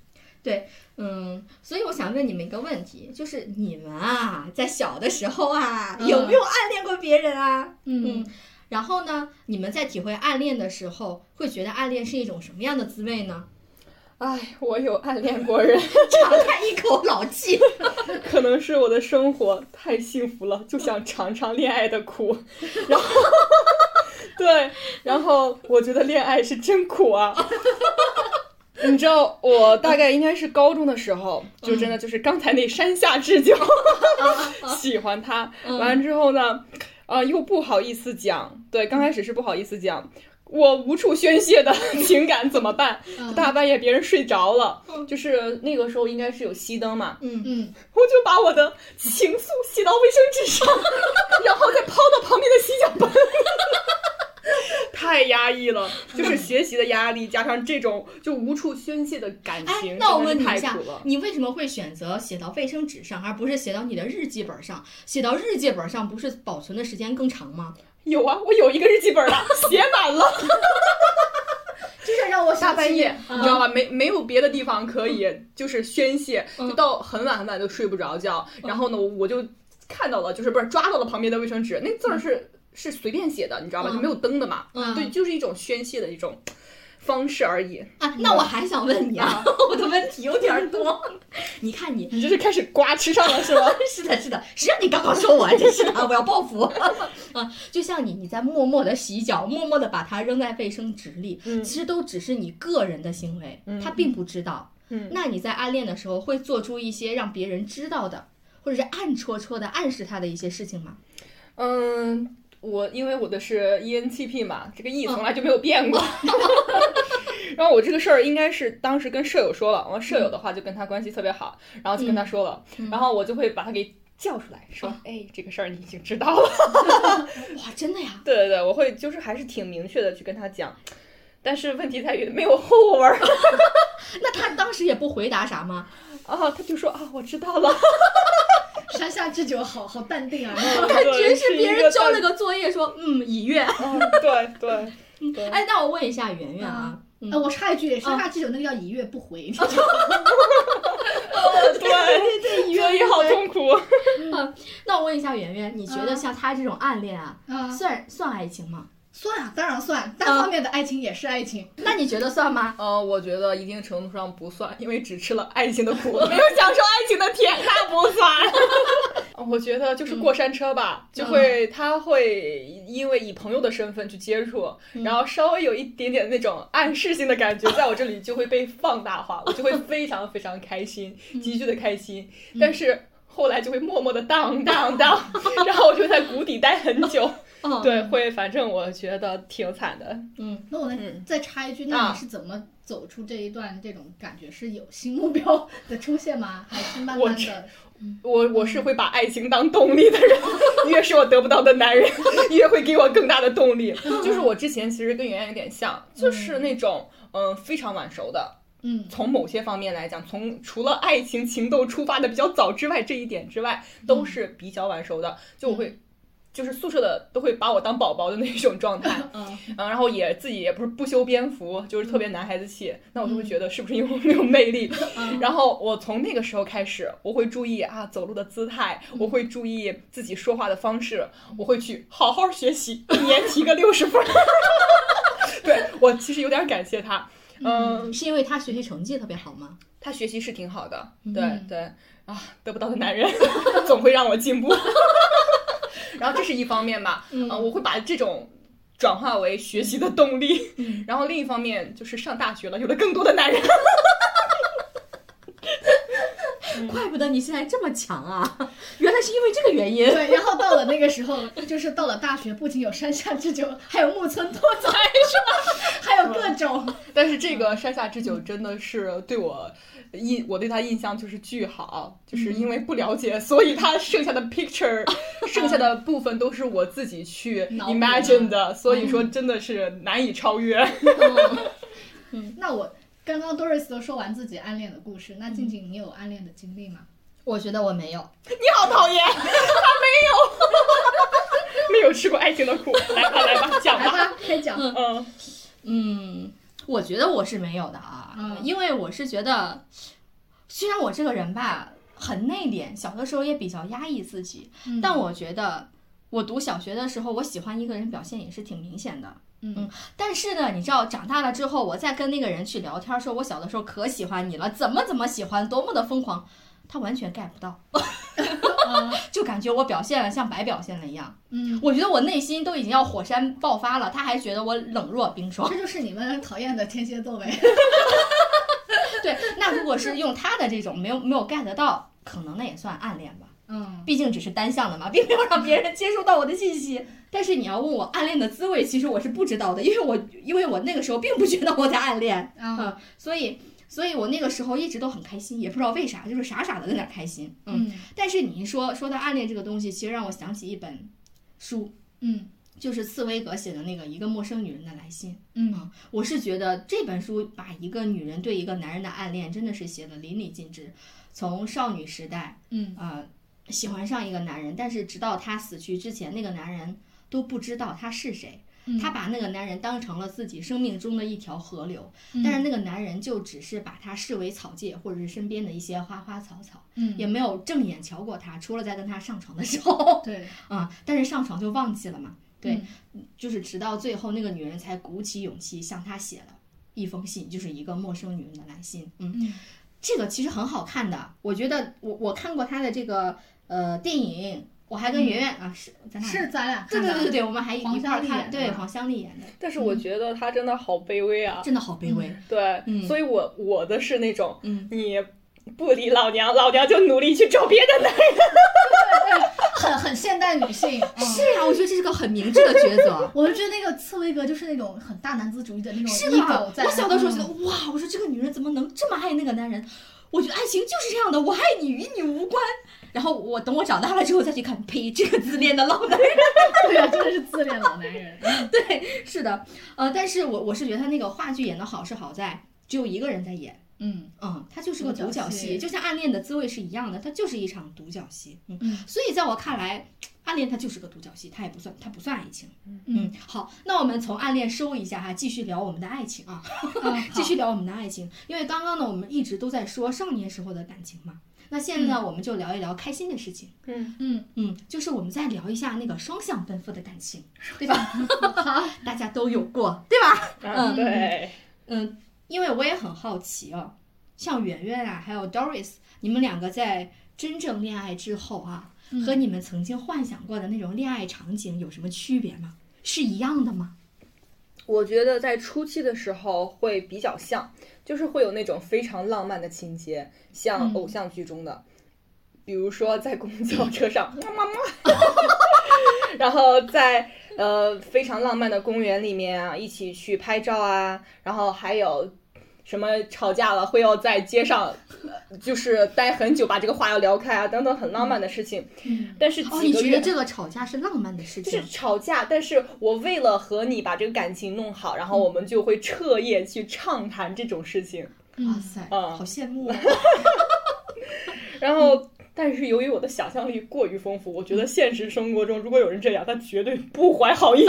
A: 对，嗯，所以我想问你们一个问题，就是你们啊，在小的时候啊，
B: 嗯
A: 有没有暗恋过别人啊？
B: 嗯，
A: 然后呢，你们在体会暗恋的时候，会觉得暗恋是一种什么样的滋味呢？
D: 哎，我有暗恋过人，
A: 长叹一口老 气。
D: 可能是我的生活太幸福了，就想尝尝恋爱的苦。 然后，对，然后我觉得恋爱是真苦啊。 你知道，我大概应该是高中的时候，就真的就是刚才那山下智久， 喜欢他。完了之后呢，呃，又不好意思讲，对，刚开始是不好意思讲。我无处宣泄的情感怎么办？
B: 嗯
D: 大半夜别人睡着了，就是那个时候应该是有熄灯嘛，
A: 嗯，
B: 嗯，
D: 我就把我的情愫写到卫生纸上，然后再抛到旁边的洗脚盆。太压抑了，就是学习的压力加上这种就无处宣泄的感情，
A: 哎，那我问你
D: 嗯真的
A: 一
D: 是太
A: 下
D: 苦了，。
A: 你为什么会选择写到卫生纸上，而不是写到你的日记本上？写到日记本上不是保存的时间更长吗？
D: 有啊，我有一个日记本 了，写满了，
B: 这让我想
D: 大
B: 起
D: 半夜，
B: 嗯
D: 你知道吧？没没有别的地方可以就是宣泄，
A: 嗯
D: 就到很晚很晚都睡不着觉。然后呢，我我就看到了，就是不是抓到了旁边的卫生纸，那字儿是是随便写的，你知道吧？
A: 嗯
D: 就没有灯的嘛。
A: 嗯
D: 对，就是一种宣泄的一种方式而已。
A: 啊，那我还想问你啊， 我的问题有点儿多。 你看你，
D: 你这是开始瓜吃上了是吗？
A: 是的，是的，谁让你刚刚说我啊，真 是的，啊我要报复。 啊，就像你，你在默默的洗脚，默默的把它扔在卫生纸里，
D: 嗯
A: 其实都只是你个人的行为，他并不知道。
D: 嗯
A: 那你在暗恋的时候会做出一些让别人知道的，或者是暗戳戳的暗示他的一些事情吗？
D: 嗯，我因为我的是 ENTP 嘛，这个 E 从来就没有变 过。然后我这个事儿应该是当时跟舍友说了，我舍友的话就跟他关系特别好，然后就跟他说了，然后我就会把他给叫出来，说，哎，这个事儿你已经知道了。
A: 哇，真的呀！
D: 对对对，我会就是还是挺明确的去跟他讲，但是问题在于没有后文儿
A: 那他当时也不回答啥吗？
D: 啊，他就说啊，我知道了。
B: 山下智久好好淡定啊。
D: 嗯
A: 他真是
D: 是
A: 别
D: 一
A: 人
D: 个
A: 交
D: 淡
A: 了个作业说，嗯，已阅。
D: 嗯对对，
A: 哎，那我问一
D: 嗯
A: 下圆圆啊，
B: 嗯呃 哎，我插一句，山下智久那个叫一月不回，
D: 对，
E: 对，
D: 所以好痛苦。
A: 那我问一下圆圆，你觉得像他这种暗恋啊，
D: 嗯
B: 啊，
A: 算算爱情吗？
E: 算啊，当然算，
B: 单方面的爱情也是爱情，
A: 那你觉得算吗？
D: 呃，我觉得一定程度上不算，因为只吃了爱情的苦，没有享受爱情的甜，那不算。我觉得就是过山车吧，就会他会因为以朋友的身份去接触，然后稍微有一点点那种暗示性的感觉，在我这里就会被放大化，我就会非常非常开心，急剧的开心，但是。后来就会默默的荡荡荡，然后我就在谷底待很久。
A: 嗯
D: 对，会反正我觉得挺惨的。
B: 那我再
D: 嗯
B: 再插一句，那
D: 啊
B: 你是怎么走出这一段这种感觉？是有新目标的出现吗？还是慢
D: 我
B: 慢
D: 这
B: 的？
D: 我我是会把爱情当动力的人， 越是我得不到的男人，越会给我更大的动力。就是我之前其实跟圆圆有点像，就是那种嗯、呃非常晚熟的。
B: 嗯
D: 从某些方面来讲，从除了爱情情窦出发的比较早之外，这一点之外，
B: 嗯
D: 都是比较晚熟的。就我会，就是宿舍的都会把我当宝宝的那种状态。
B: 嗯，
D: 嗯，然后也自己也不是不修边幅，就是特别男孩子气，那我就会
B: 嗯
D: 觉得是不是因为我没有 魅力？ 然后我从那个时候开始，我会注意啊走路的姿态，
B: 嗯
D: 我会注意自己说话的方式，我会去好好学习，一年提个六十分儿。 对我其实有点感谢他，嗯，
A: 是因为他学习成绩特别好吗？
D: 他学习是挺好的，对
B: 嗯
D: 对啊，得不到的男人 总会让我进步。 然后这是一方面吧，嗯、我会把这种转化为学习的动力。然后另一方面就是上大学了，有了更多的男人。
A: 怪不得你现在这么强啊！原来是因为这个原因。
B: 对。然后到了那个时候，就是到了大学，不仅有山下智久，还有木村拓哉， 还有各种。
D: 但是这个山下智久真的是对我印，我对他印象就是巨好，就是因为不了解，所以他剩下的 picture，剩下的部分都是我自己去
B: 脑补的
D: imagine 的，嗯所以说真的是难以超越。
B: 那我刚刚 Doris 都说完自己暗恋的故事，那静静你有暗恋的经历吗？
A: 我觉得我没有，
D: 你好讨厌， 他 没有，没有吃过爱情的苦。来吧，来 吧，讲
B: 来
D: 吧。
B: 吧，开讲。
D: 嗯，
A: 嗯，我觉得我是没有的啊，
B: 嗯
A: 因为我是觉得，虽然我这个人吧很内敛，小的时候也比较压抑自己，
B: 嗯
A: 但我觉得我读小学的时候，我喜欢一个人表现也是挺明显的。
B: 嗯
A: 但是呢，你知道，长大了之后，我再跟那个人去聊天，说我小的时候可喜欢你了，怎么怎么喜欢，多么的疯狂，他完全 get 不到，就感觉我表现了像白表现了一样。
B: 呃嗯，
A: 我觉得我内心都已经要火山爆发了，他还觉得我冷若冰霜。
B: 这就是你们讨厌的天蝎座呗。
A: 对，那如果是用他的这种没有没有 get 到，可能那也算暗恋吧，
B: 嗯，
A: 毕竟只是单向的嘛，并没有让别人接收到我的信息。但是你要问我暗恋的滋味，其实我是不知道的，因为我因为我那个时候并不觉得我在暗恋，
B: 啊，
A: 嗯，所以所以我那个时候一直都很开心，也不知道为啥，就是傻傻的在那儿开心，嗯。
B: 嗯
A: 但是你一说说到暗恋这个东西，其实让我想起一本书，
B: 嗯
A: 就是茨威格写的那个《一个陌生女人的来信》。
B: 嗯
A: 我是觉得这本书把一个女人对一个男人的暗恋真的是写的淋漓尽致，从少女时代，
B: 嗯
A: 呃，喜欢上一个男人，但是直到她死去之前，那个男人都不知道他是谁，
B: 嗯，
A: 她把那个男人当成了自己生命中的一条河流，
B: 嗯
A: 但是那个男人就只是把她视为草芥或者是身边的一些花花草草，
B: 嗯
A: 也没有正眼瞧过她，除了在跟她上床的时候，
B: 对
A: 啊、但是上床就忘记了嘛，对，
B: 嗯
A: 就是直到最后，那个女人才鼓起勇气向他写了一封信，就是一个陌生女人的来信。嗯，
B: 嗯
A: 这个其实很好看的，我觉得我我看过他的这个呃电影，我还跟圆圆、啊是咱俩
B: 是咱俩
A: 对对
B: 看的
A: 对对对，我们还一
B: 黄
A: 块儿
B: 香丽
A: 看，
B: 演的
A: 对
B: 吧
A: 黄香丽演的，
D: 但是我觉得他真的好卑微啊。
A: 真的好卑微。
D: 对，
A: 嗯
D: 所以我我的是那种，
A: 嗯
D: 你不理老娘，老娘就努力去找别的男人。
B: 很很现代女 性。
A: 是
B: 是，。
A: 呀、我觉得这是个很明智的抉择
B: 我就觉得那个茨威格就是那种很大男子主义的那 种
A: 是
B: e
A: 的
B: g 在。
A: 我小的时候觉
B: 嗯
A: 得哇，我说这个女人怎么能这么爱那个男人？我觉得爱情就是这样的，我爱你与你无关。然后我等我长大了之后再去看，呸，这个自恋的老男人。
B: 对啊，真的是自恋老男人。
A: 对，是的，呃，但是我我是觉得他那个话剧演的好是好在只有一个人在演，
B: 嗯
A: 嗯，他就是个
B: 独角
A: 独角
B: 戏
A: 戏，就像《暗恋的滋味》是一样的，它就是一场独角戏，嗯
B: 嗯
A: 所以在我看来，暗恋它就是个独角戏，它也不算，它不算爱情。嗯，好，那我们从暗恋收一下哈，继续聊我们的爱情啊，
B: 嗯
A: 继续聊我们的爱情，因为刚刚呢，我们一直都在说少年时候的感情嘛。那现在呢，
B: 嗯
A: 我们就聊一聊开心的事情。
D: 嗯
A: 嗯嗯，就是我们再聊一下那个双向奔赴的感情，对吧？ 大家都有过，对吧？
D: 啊，对，
A: 嗯，因为我也很好奇啊，像圆圆啊，还有 Doris，你们两个在真正恋爱之后啊，
B: 嗯
A: 和你们曾经幻想过的那种恋爱场景有什么区别吗？是一样的吗？
D: 我觉得在初期的时候会比较像，就是会有那种非常浪漫的情节，
A: 嗯
D: 像偶像剧中的，比如说在公交车上，么么么， 然后在呃非常浪漫的公园里面啊，一起去拍照啊，然后还有。什么吵架了会要在街上，呃就是待很久把这个话要聊开啊，等等很浪漫的事情。
B: 嗯
D: 但是
A: 哦，
D: 几
A: 你
D: 个
A: 觉
D: 月
A: 得这个吵架是浪漫的事
D: 就
A: 情
D: 是？吵架，但是我为了和你把这个感情弄
A: 嗯
D: 好，然后我们就会彻夜去畅谈这种事情。
A: 哇塞，
D: 嗯
A: 好羡 慕、啊！
D: 然后，但是由于我的想象力过于丰富，我觉得现实生活中如果有人这样，他绝对不怀好意，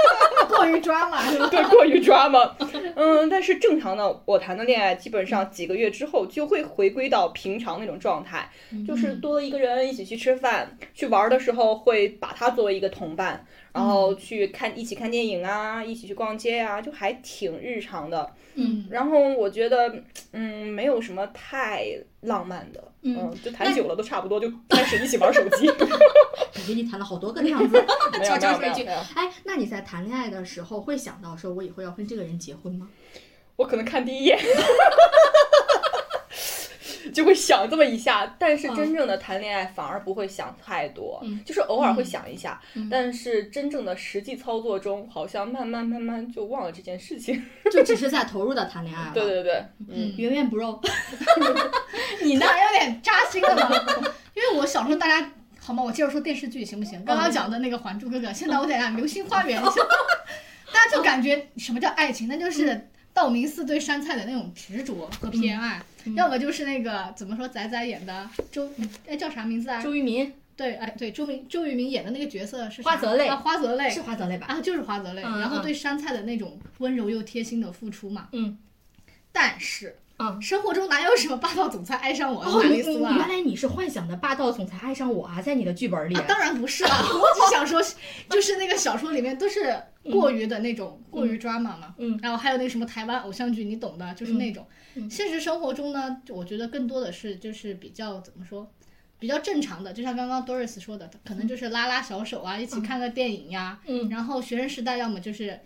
B: 过于抓马是吧？
D: 对，过于 drama。嗯，但是正常的我谈的恋爱，基本上几个月之后就会回归到平常那种状态，
B: 嗯
D: 就是多了一个人一起去吃饭，去玩的时候会把他作为一个同伴，然
B: 嗯
D: 后去看一起看电影啊，一起去逛街啊，就还挺日常的。
A: 嗯，
D: 然后我觉得，嗯，没有什么太浪漫的，嗯，就谈久了都差不多，就开始一起玩手 机。
A: 感觉你谈了好多个的样子。
D: 没
A: 悄
D: 有没
A: 悄
D: 有
A: 说
D: 没
A: 一
D: 有
A: 句
D: 没有，
A: 哎，那你在谈恋爱的时候会想到说，我以后要跟这个人结婚吗？
D: 我可能看第一眼， 就会想这么一下。但是真正的谈恋爱反而不会想太多，就是偶尔会想一下，但是真正的实际操作中，好像慢慢慢慢就忘了这件事情。
A: 就只是在投入的谈恋爱了。
D: 对对对，嗯，
A: 圆圆 bro，
B: 你那有点扎心了吧？ 因为我小时候大家。好吗？我接着说电视剧行不行？刚刚讲的那个《还珠
A: 嗯
B: 格格》，现在我得按《流星花园》 讲。大家就感觉什么叫爱情？那
A: 嗯
B: 就是道明寺对杉菜的那种执着和偏爱，
A: 嗯
B: 要么就是那个怎么说，仔仔演的周，哎叫啥名字 啊？
A: 周渝民
B: 对，哎对，周明周渝民演的那个角色是啥
A: 花泽类
B: 啊，花泽类
A: 是花泽类吧？
B: 啊，就是花泽类，
A: 嗯
B: 然后
A: 嗯
B: 对杉菜的那种温柔又贴心的付出嘛。
A: 嗯。
B: 但是，
A: 嗯
B: 生活中哪有什么霸道总裁爱上我啊，
A: 哦，
B: 玛
A: 你
B: 丽
A: 你
B: 苏
A: 原
B: 啊？
A: 来你是幻想的霸道总裁爱上我啊，在你的剧本里
B: 啊，当然不是了，我只想说，就是那个小说里面都是过于的那种、过于 drama 嘛，
A: 嗯，
B: 然后还有那个什么台湾偶像剧，你懂的，就是那种。现实生活中呢，我觉得更多的是就是比较怎么说，比较正常的，就像刚刚 Doris 说的，可能就是拉拉小手啊，一起看个电影呀、
A: 嗯
B: 然后学生时代要么就是。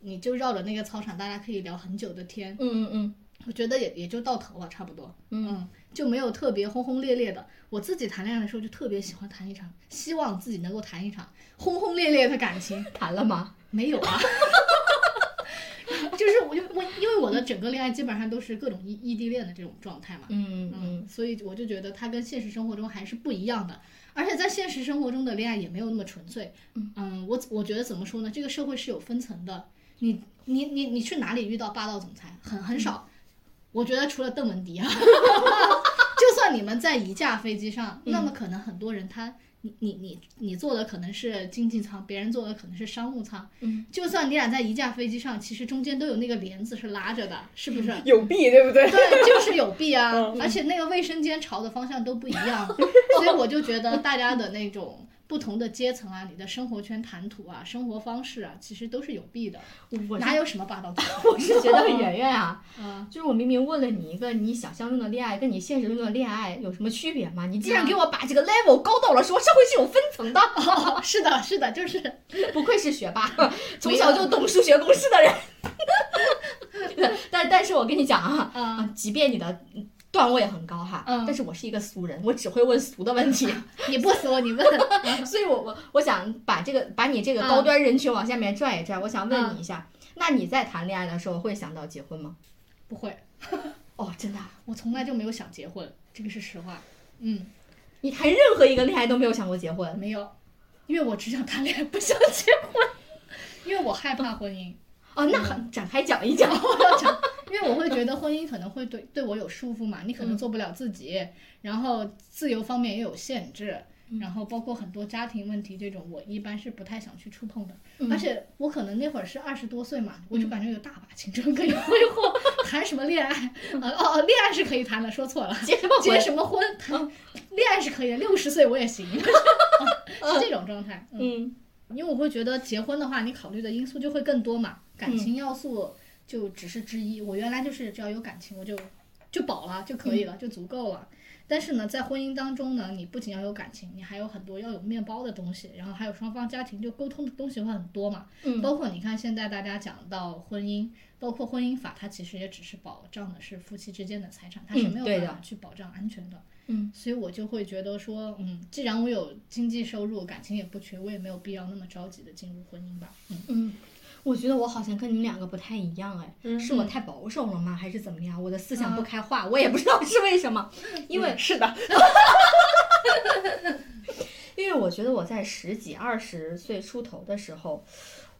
B: 你就绕着那个操场，大家可以聊很久的天，
A: 嗯嗯嗯，
B: 我觉得也也就到头了，差不多。嗯，就没有特别轰轰烈烈的。我自己谈恋爱的时候就特别喜欢谈一场，希望自己能够谈一场轰轰烈烈的感情。
A: 谈了吗？
B: 没有啊，就是我就我因为我的整个恋爱基本上都是各种异异地恋的这种状态嘛。
A: 嗯嗯
B: 嗯，所以我就觉得它跟现实生活中还是不一样的，而且在现实生活中的恋爱也没有那么纯粹。嗯，我我觉得怎么说呢？这个社会是有分层的，你你你你去哪里遇到霸道总裁？很很少。我觉得除了邓文迪啊， 就算你们在一架飞机上，那么可能很多人他。你你你你坐的可能是经济舱，别人坐的可能是商务舱。嗯，就算你俩在一架飞机上，其实中间都有那个帘子是拉着的，是不是？
D: 有弊对不对？
B: 对，就是有弊啊，
D: 嗯
B: 而且那个卫生间朝的方向都不一 样，所以我就觉得大家的那种不同的阶层啊，你的生活圈谈吐啊，生活方式啊，其实都是有弊的，
A: 我
B: 哪有什么霸道总裁？
A: 嗯我是觉得 圆圆啊，
B: 嗯
A: 就是我明明问了你一个你想象中的恋爱跟你现实中的恋爱有什么区别吗？你竟然给我把这个 level 高到了说社会是有分层的，
B: 哦是的，是的，就是
A: 不愧是学 霸，从小就懂数学公式的人。 但但是我跟你讲啊，
B: 啊、
A: 啊，即便你的段位很高哈，
B: 嗯
A: 但是我是一个俗人，我只会问俗的问 题。
B: 你不死我，你问，
A: 所以我我我想把这个把你这个高端人群往下面拽一拽，我想问你一下，那你在谈恋爱的时候会想到结婚吗？
B: 不会，
A: 哦，真的啊，
B: 我从来就没有想结婚，这个是实话，嗯，
A: 你谈任何一个恋爱都没有想过结婚？
B: 没有，因为我只想谈恋爱，不想结婚， 因为我害怕婚姻。
A: 哦，那很展开讲一讲。
B: 因为我会觉得婚姻可能会对对我有束缚嘛，你可能做不了自己，然后自由方面也有限制，然后包括很多家庭问题这种，我一般是不太想去触碰的。
A: 嗯
B: 而且我可能那会儿是二十多岁嘛，我就感觉有大把青春可以挥霍，谈什么恋爱？啊哦哦，恋爱是可以谈的，说错了，
A: 结 什么
B: 结
A: 婚？
B: 什么婚？谈恋爱是可以的，六十岁我也行， 是这种状态。嗯，
D: 嗯，
B: 因为我会觉得结婚的话，你考虑的因素就会更多嘛，感情要素就只是之一。我原来就是只要有感情，我就就饱了就可以了，就足够了。但是呢，在婚姻当中呢，你不仅要有感情，你还有很多要有面包的东西，然后还有双方家庭就沟通的东西会很多嘛。
A: 嗯
B: 包括你看现在大家讲到婚姻，包括婚姻法，它其实也只是保障的是夫妻之间的财产，它是
A: 嗯
B: 没有
A: 对
B: 办
A: 的
B: 法去保障安全的。
A: 嗯
B: 所以我就会觉得说，嗯，既然我有经济收入，感情也不缺，我也没有必要那么着急的进入婚姻吧。嗯，
A: 嗯，我觉得我好像跟你们两个不太一样哎，
D: 嗯啊
A: 是我太保守了吗？还是怎么样？我的思想不开化，我也不知道是为什么，因为
D: 嗯是的，
A: 因为我觉得我在十几二十岁出头的时候，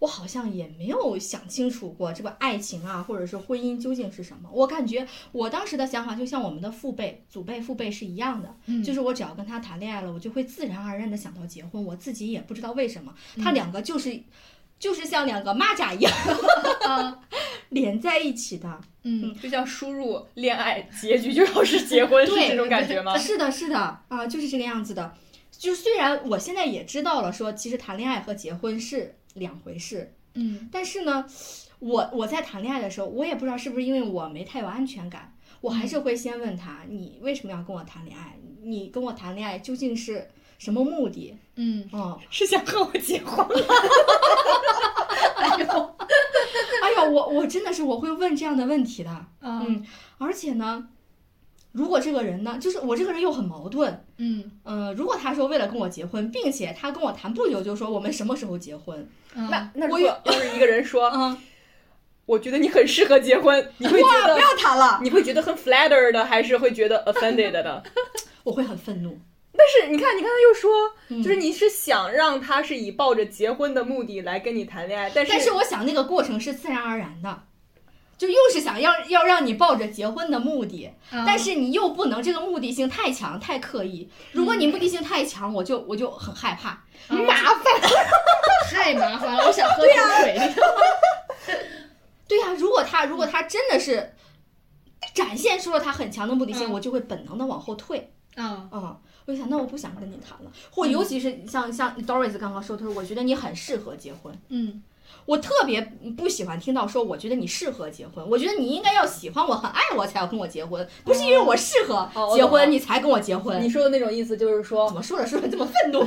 A: 我好像也没有想清楚过这个爱情啊，或者是婚姻究竟是什么。我感觉我当时的想法就像我们的父辈、祖辈、父辈是一样的，
B: 嗯
A: 就是我只要跟他谈恋爱了，我就会自然而然的想到结婚。我自己也不知道为什么，
D: 嗯
A: 他两个就是、就是像两个蚂蚱一样
D: 啊
A: 连在一起的。
B: 嗯，
D: 就像输入恋爱结局就要是结婚，是
A: 对
D: 这种感觉吗？
A: 是的，是的，啊、就是这个样子的。就虽然我现在也知道了说其实谈恋爱和结婚是两回事，
B: 嗯，
A: 但是呢，我我在谈恋爱的时候，我也不知道是不是因为我没太有安全感，我还
D: 嗯
A: 是会先问他，你为什么要跟我谈恋爱？你跟我谈恋爱究竟是什么目的？
B: 嗯，
A: 嗯，
D: 是想和我结婚吗？
A: 哎呦，我我真的是我会问这样的问题的，
B: 啊，
A: 嗯而且呢，如果这个人呢，就是我这个人又很矛盾，
B: 嗯，
A: 呃，如果他说为了跟我结婚，并且他跟我谈不久就说我们什么时候结婚，
B: 那
D: 那那如
A: 我
D: 果
A: 有
D: 要是一个人说，
A: 嗯，
D: 我觉得你很适合结婚，你会觉
A: 不
D: 得
A: 要谈了，
D: 你会觉得很 flattered 的，还是会觉得 offended 的？
A: 我会很愤怒。
D: 但是你看，你刚才又说，
A: 嗯
D: 就是你是想让他是以抱着结婚的目的来跟你谈恋爱，但是
A: 但是我想那个过程是自然而然的，就又是想要要让你抱着结婚的目的，
D: 嗯
B: 啊
A: 但是你又不能这个目的性太强太刻意。如果你
D: 嗯
A: 目的性太强，我就我就很害怕。
B: 麻烦，啊太麻烦了，我想喝口水。
A: 对呀、如果他如果
D: 嗯
A: 他真的是展现出了他很强的目的性，
B: 嗯
A: 我就会本能的往后退。
B: 啊，
A: 嗯，我就想，那我不想跟你谈了。或
D: 嗯
A: 尤其是像像 Doris 刚刚说，她说我觉得你很适合结婚。
B: 嗯，
A: 我特别不喜欢听到说我觉得你适合结婚，我觉得你应该要喜欢我、很爱我才要跟我结婚，不是因为我适合
D: 哦我
A: 结
D: 懂了
A: 婚你才跟我结婚。
D: 你说的那种意思就是
A: 怎
D: 说，
A: 么说着说着这么愤怒？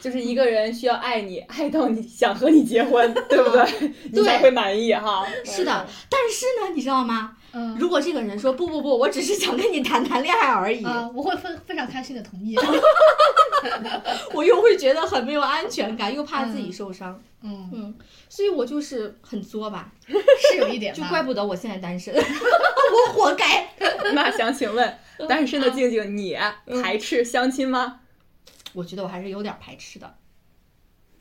D: 就是一个人需要爱你，爱到你想和你结 婚，对不对？你才会满意哈。
A: 是的，但是呢，你知道吗？
B: 嗯，
A: 如果这个人说不不不，我只是想跟你谈谈恋爱而已，
D: 嗯
B: 啊，我会非非常开心 的同意。
A: 我又会觉得很没有安全感，又怕自己
B: 嗯
A: 受伤，
B: 嗯，
A: 嗯，所以我就是很作吧，
B: 是有一点
A: 就
B: 吧
A: 怪不得我现在单身， 我活该。
D: 那想请 问，单身的静静，你排斥相亲吗？
A: 我觉得我还是有点排斥的。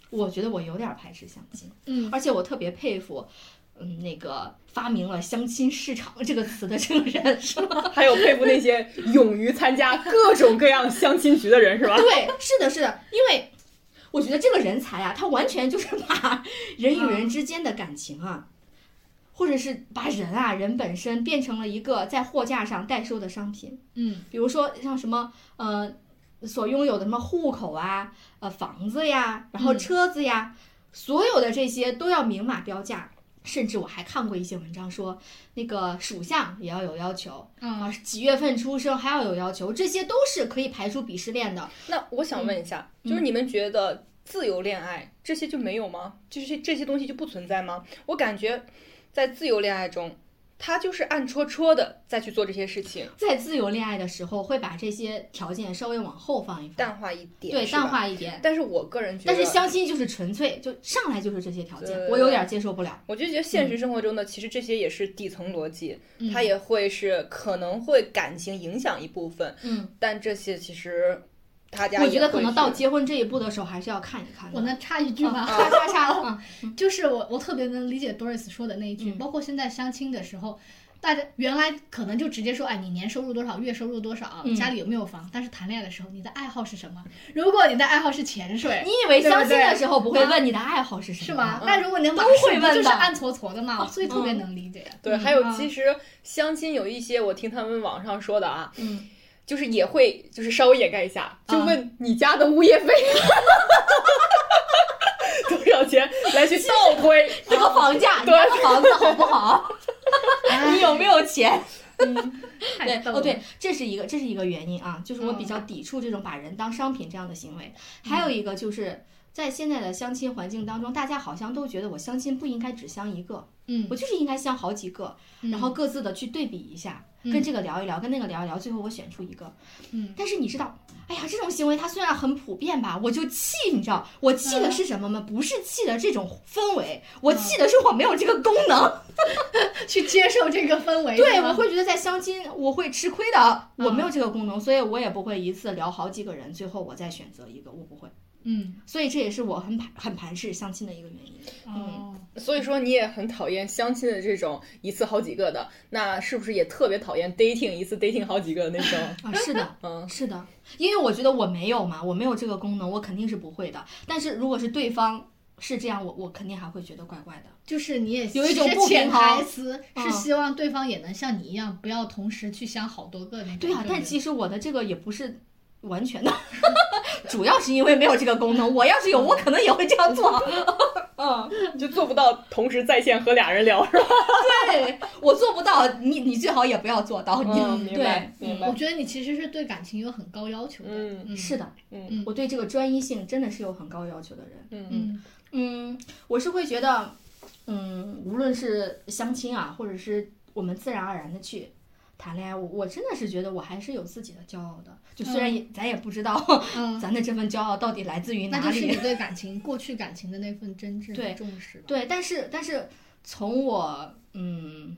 A: 我觉得我有点排斥相亲，
B: 嗯
A: 而且我特别佩服，嗯，那个发明了“相亲市场”这个词的这个人，是吧？
D: 还有佩服那些勇于参加各种各样相亲局的人，是吧？
A: 对，是的，是的，因为我觉得这个人才啊，他完全就是把人与人之间的感情啊，或者是把人啊人本身变成了一个在货架上代售的商品。
B: 嗯
A: 比如说像什么呃所拥有的什么户口啊、呃房子呀，然后
B: 嗯
A: 车子呀，所有的这些都要明码标价。甚至我还看过一些文章说，那个属相也要有要求啊
B: 啊，，
A: 几月份出生还要有要求，这些都是可以排除鄙视链的。
D: 那我想问一下，
A: 嗯
D: 就是你们觉得自由恋爱这些就没有吗？就是这些东西就不存在吗？我感觉在自由恋爱中，他就是暗戳戳的再去做这些事情，
A: 在自由恋爱的时候，会把这些条件稍微往后放一放，
D: 淡化一点，
A: 对，
D: 是吧
A: 淡。化一点。
D: 但是我个人觉
A: 但
D: 得，
A: 是相亲就是纯粹，就上来就是这些条件
D: 对，
A: 我有点接受不了。
D: 我就觉得现
A: 嗯
D: 实生活中的其实这些也是底层逻辑，
B: 嗯
D: 它也会是可能会感情影响一部分，
A: 嗯，
D: 但这些其实大家
A: 我
D: 也
A: 觉得可
D: 会
A: 能到
D: 去
A: 结婚这一步的时候，还是要看一看的。
B: 我能 插一嗯句吗？
D: 啊
A: 叉叉叉了。嗯
B: 就是我，我特别能理解 Doris 说的那一句，包括现在相亲的时候，大家原来可能就直接说，哎，你年收入多少，月收入多少，
A: 嗯
B: 家里有没有房？但是谈恋爱的时候，你的爱好是什么？如果你的爱好是潜水，
A: 你以为相亲
B: 对不
A: 的
B: 对
A: 时候不会问你的爱好是什么？
B: 是吗？？那如果你的
A: 嗯
B: 马
A: 都会
B: 术
A: 问
B: 不就是
A: 的
B: 暗搓搓的嘛，所以特别能理解。
D: 对，
B: 嗯
D: 还有
B: 啊
D: 其实相亲有一些，我听他们网上说的啊，
A: 嗯，
D: 就是也会就是稍微掩盖一下，就
B: 啊
D: 问你家的 物业费 多少钱来去 倒推，
A: 这个房 价，你
D: 对
A: 家的房子好不好？哎你有没有钱？
B: 太
A: 对，
B: 逗
A: 哦
B: 了。
A: 对，这是一个，这是一个原因啊，就是我
B: 嗯
A: 比较抵触这种把人当商品这样的行为。还有一个就是在现在的相亲环境当中，大家好像都觉得我相亲不应该只相一个，
B: 嗯
A: 我，就是应该相好几个，
B: 嗯
A: 然后各自的去对比一下，
B: 嗯
A: 跟这个聊一聊，跟那个聊一聊，最后我选出一个。
B: 嗯
A: 但是你知道，哎呀，这种行为它虽然很普遍吧，我就气，你知道，我气
B: 嗯
A: 的是什么吗？不是气的这种氛围，我气的是我没有这个功能。
B: 去接受这个氛围，
A: 对，
B: 是吗
A: 我会觉得在相亲我会吃亏的，我
B: 嗯
A: 没有这个功能，所以我也不会一次聊好几个人，最后我再选择一个，我不会。
B: 嗯
A: 所以这也是我很排很排斥相亲的一个原因。
B: 哦
D: 所以说你也很讨厌相亲的这种一次好几个的，那是不是也特别讨厌 dating 一次 dating 好几个的那种？
A: 啊，是的，
D: 嗯，
A: 是的，因为我觉得我没有嘛，我没有这个功能，我肯定是不会的。但是如果是对方是这样，我我肯定还会觉得怪怪的。
B: 就是你也
A: 有一种
B: 其实
A: 不平
B: 潜
A: 衡
B: 台词是
A: 嗯
B: 希望对方也能像你一样，不要同时去想好多个那种。
A: 对啊，
B: 不
A: 但其实我的这个也不是完全的， 主要是因为没有这个功能。我要是有，我可能也会这样做。嗯，
D: 就做不到同时在线和俩人聊，是吧？
A: 对我做不到，你你最好也不要做到。你、
D: 嗯， 明白，
A: 对
D: 明
B: 我
D: 白。
B: 觉得你其实是对感情有很高要求的。
D: 嗯
B: 嗯，
A: 是的，
D: 嗯
A: 我对这个专一性真的是有很高要求的人。
D: 嗯
B: 嗯
A: 嗯，我是会觉得，嗯，无论是相亲啊，或者是我们自然而然的去谈恋爱，我我真的是觉得我还是有自己的骄傲的。就虽然也、咱也不知道
B: 嗯，
A: 咱的这份骄傲到底来自于
B: 那
A: 哪
B: 就是你
A: 里，
B: 对感情过去感情的那份真挚
A: 对
B: 和重视。
A: 对，但是但是从我嗯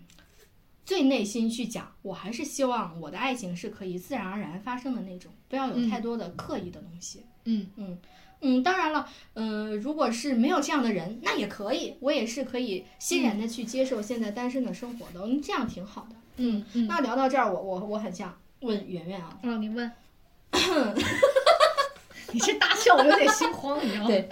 A: 最内心去讲，我还是希望我的爱情是可以自然而然发生的那种，不要有
B: 嗯
A: 太多的刻意的东西。
B: 嗯
A: 嗯，当然了，呃，如果是没有这样的人，那也可以，我也是可以欣然的去接受现在单身的生活的，嗯，这样挺好的。
B: 嗯嗯，
A: 那聊到这儿，我我我很想问圆圆啊，
B: 让哦 你问。你这大笑，我有点心慌，你知道吗？
A: 对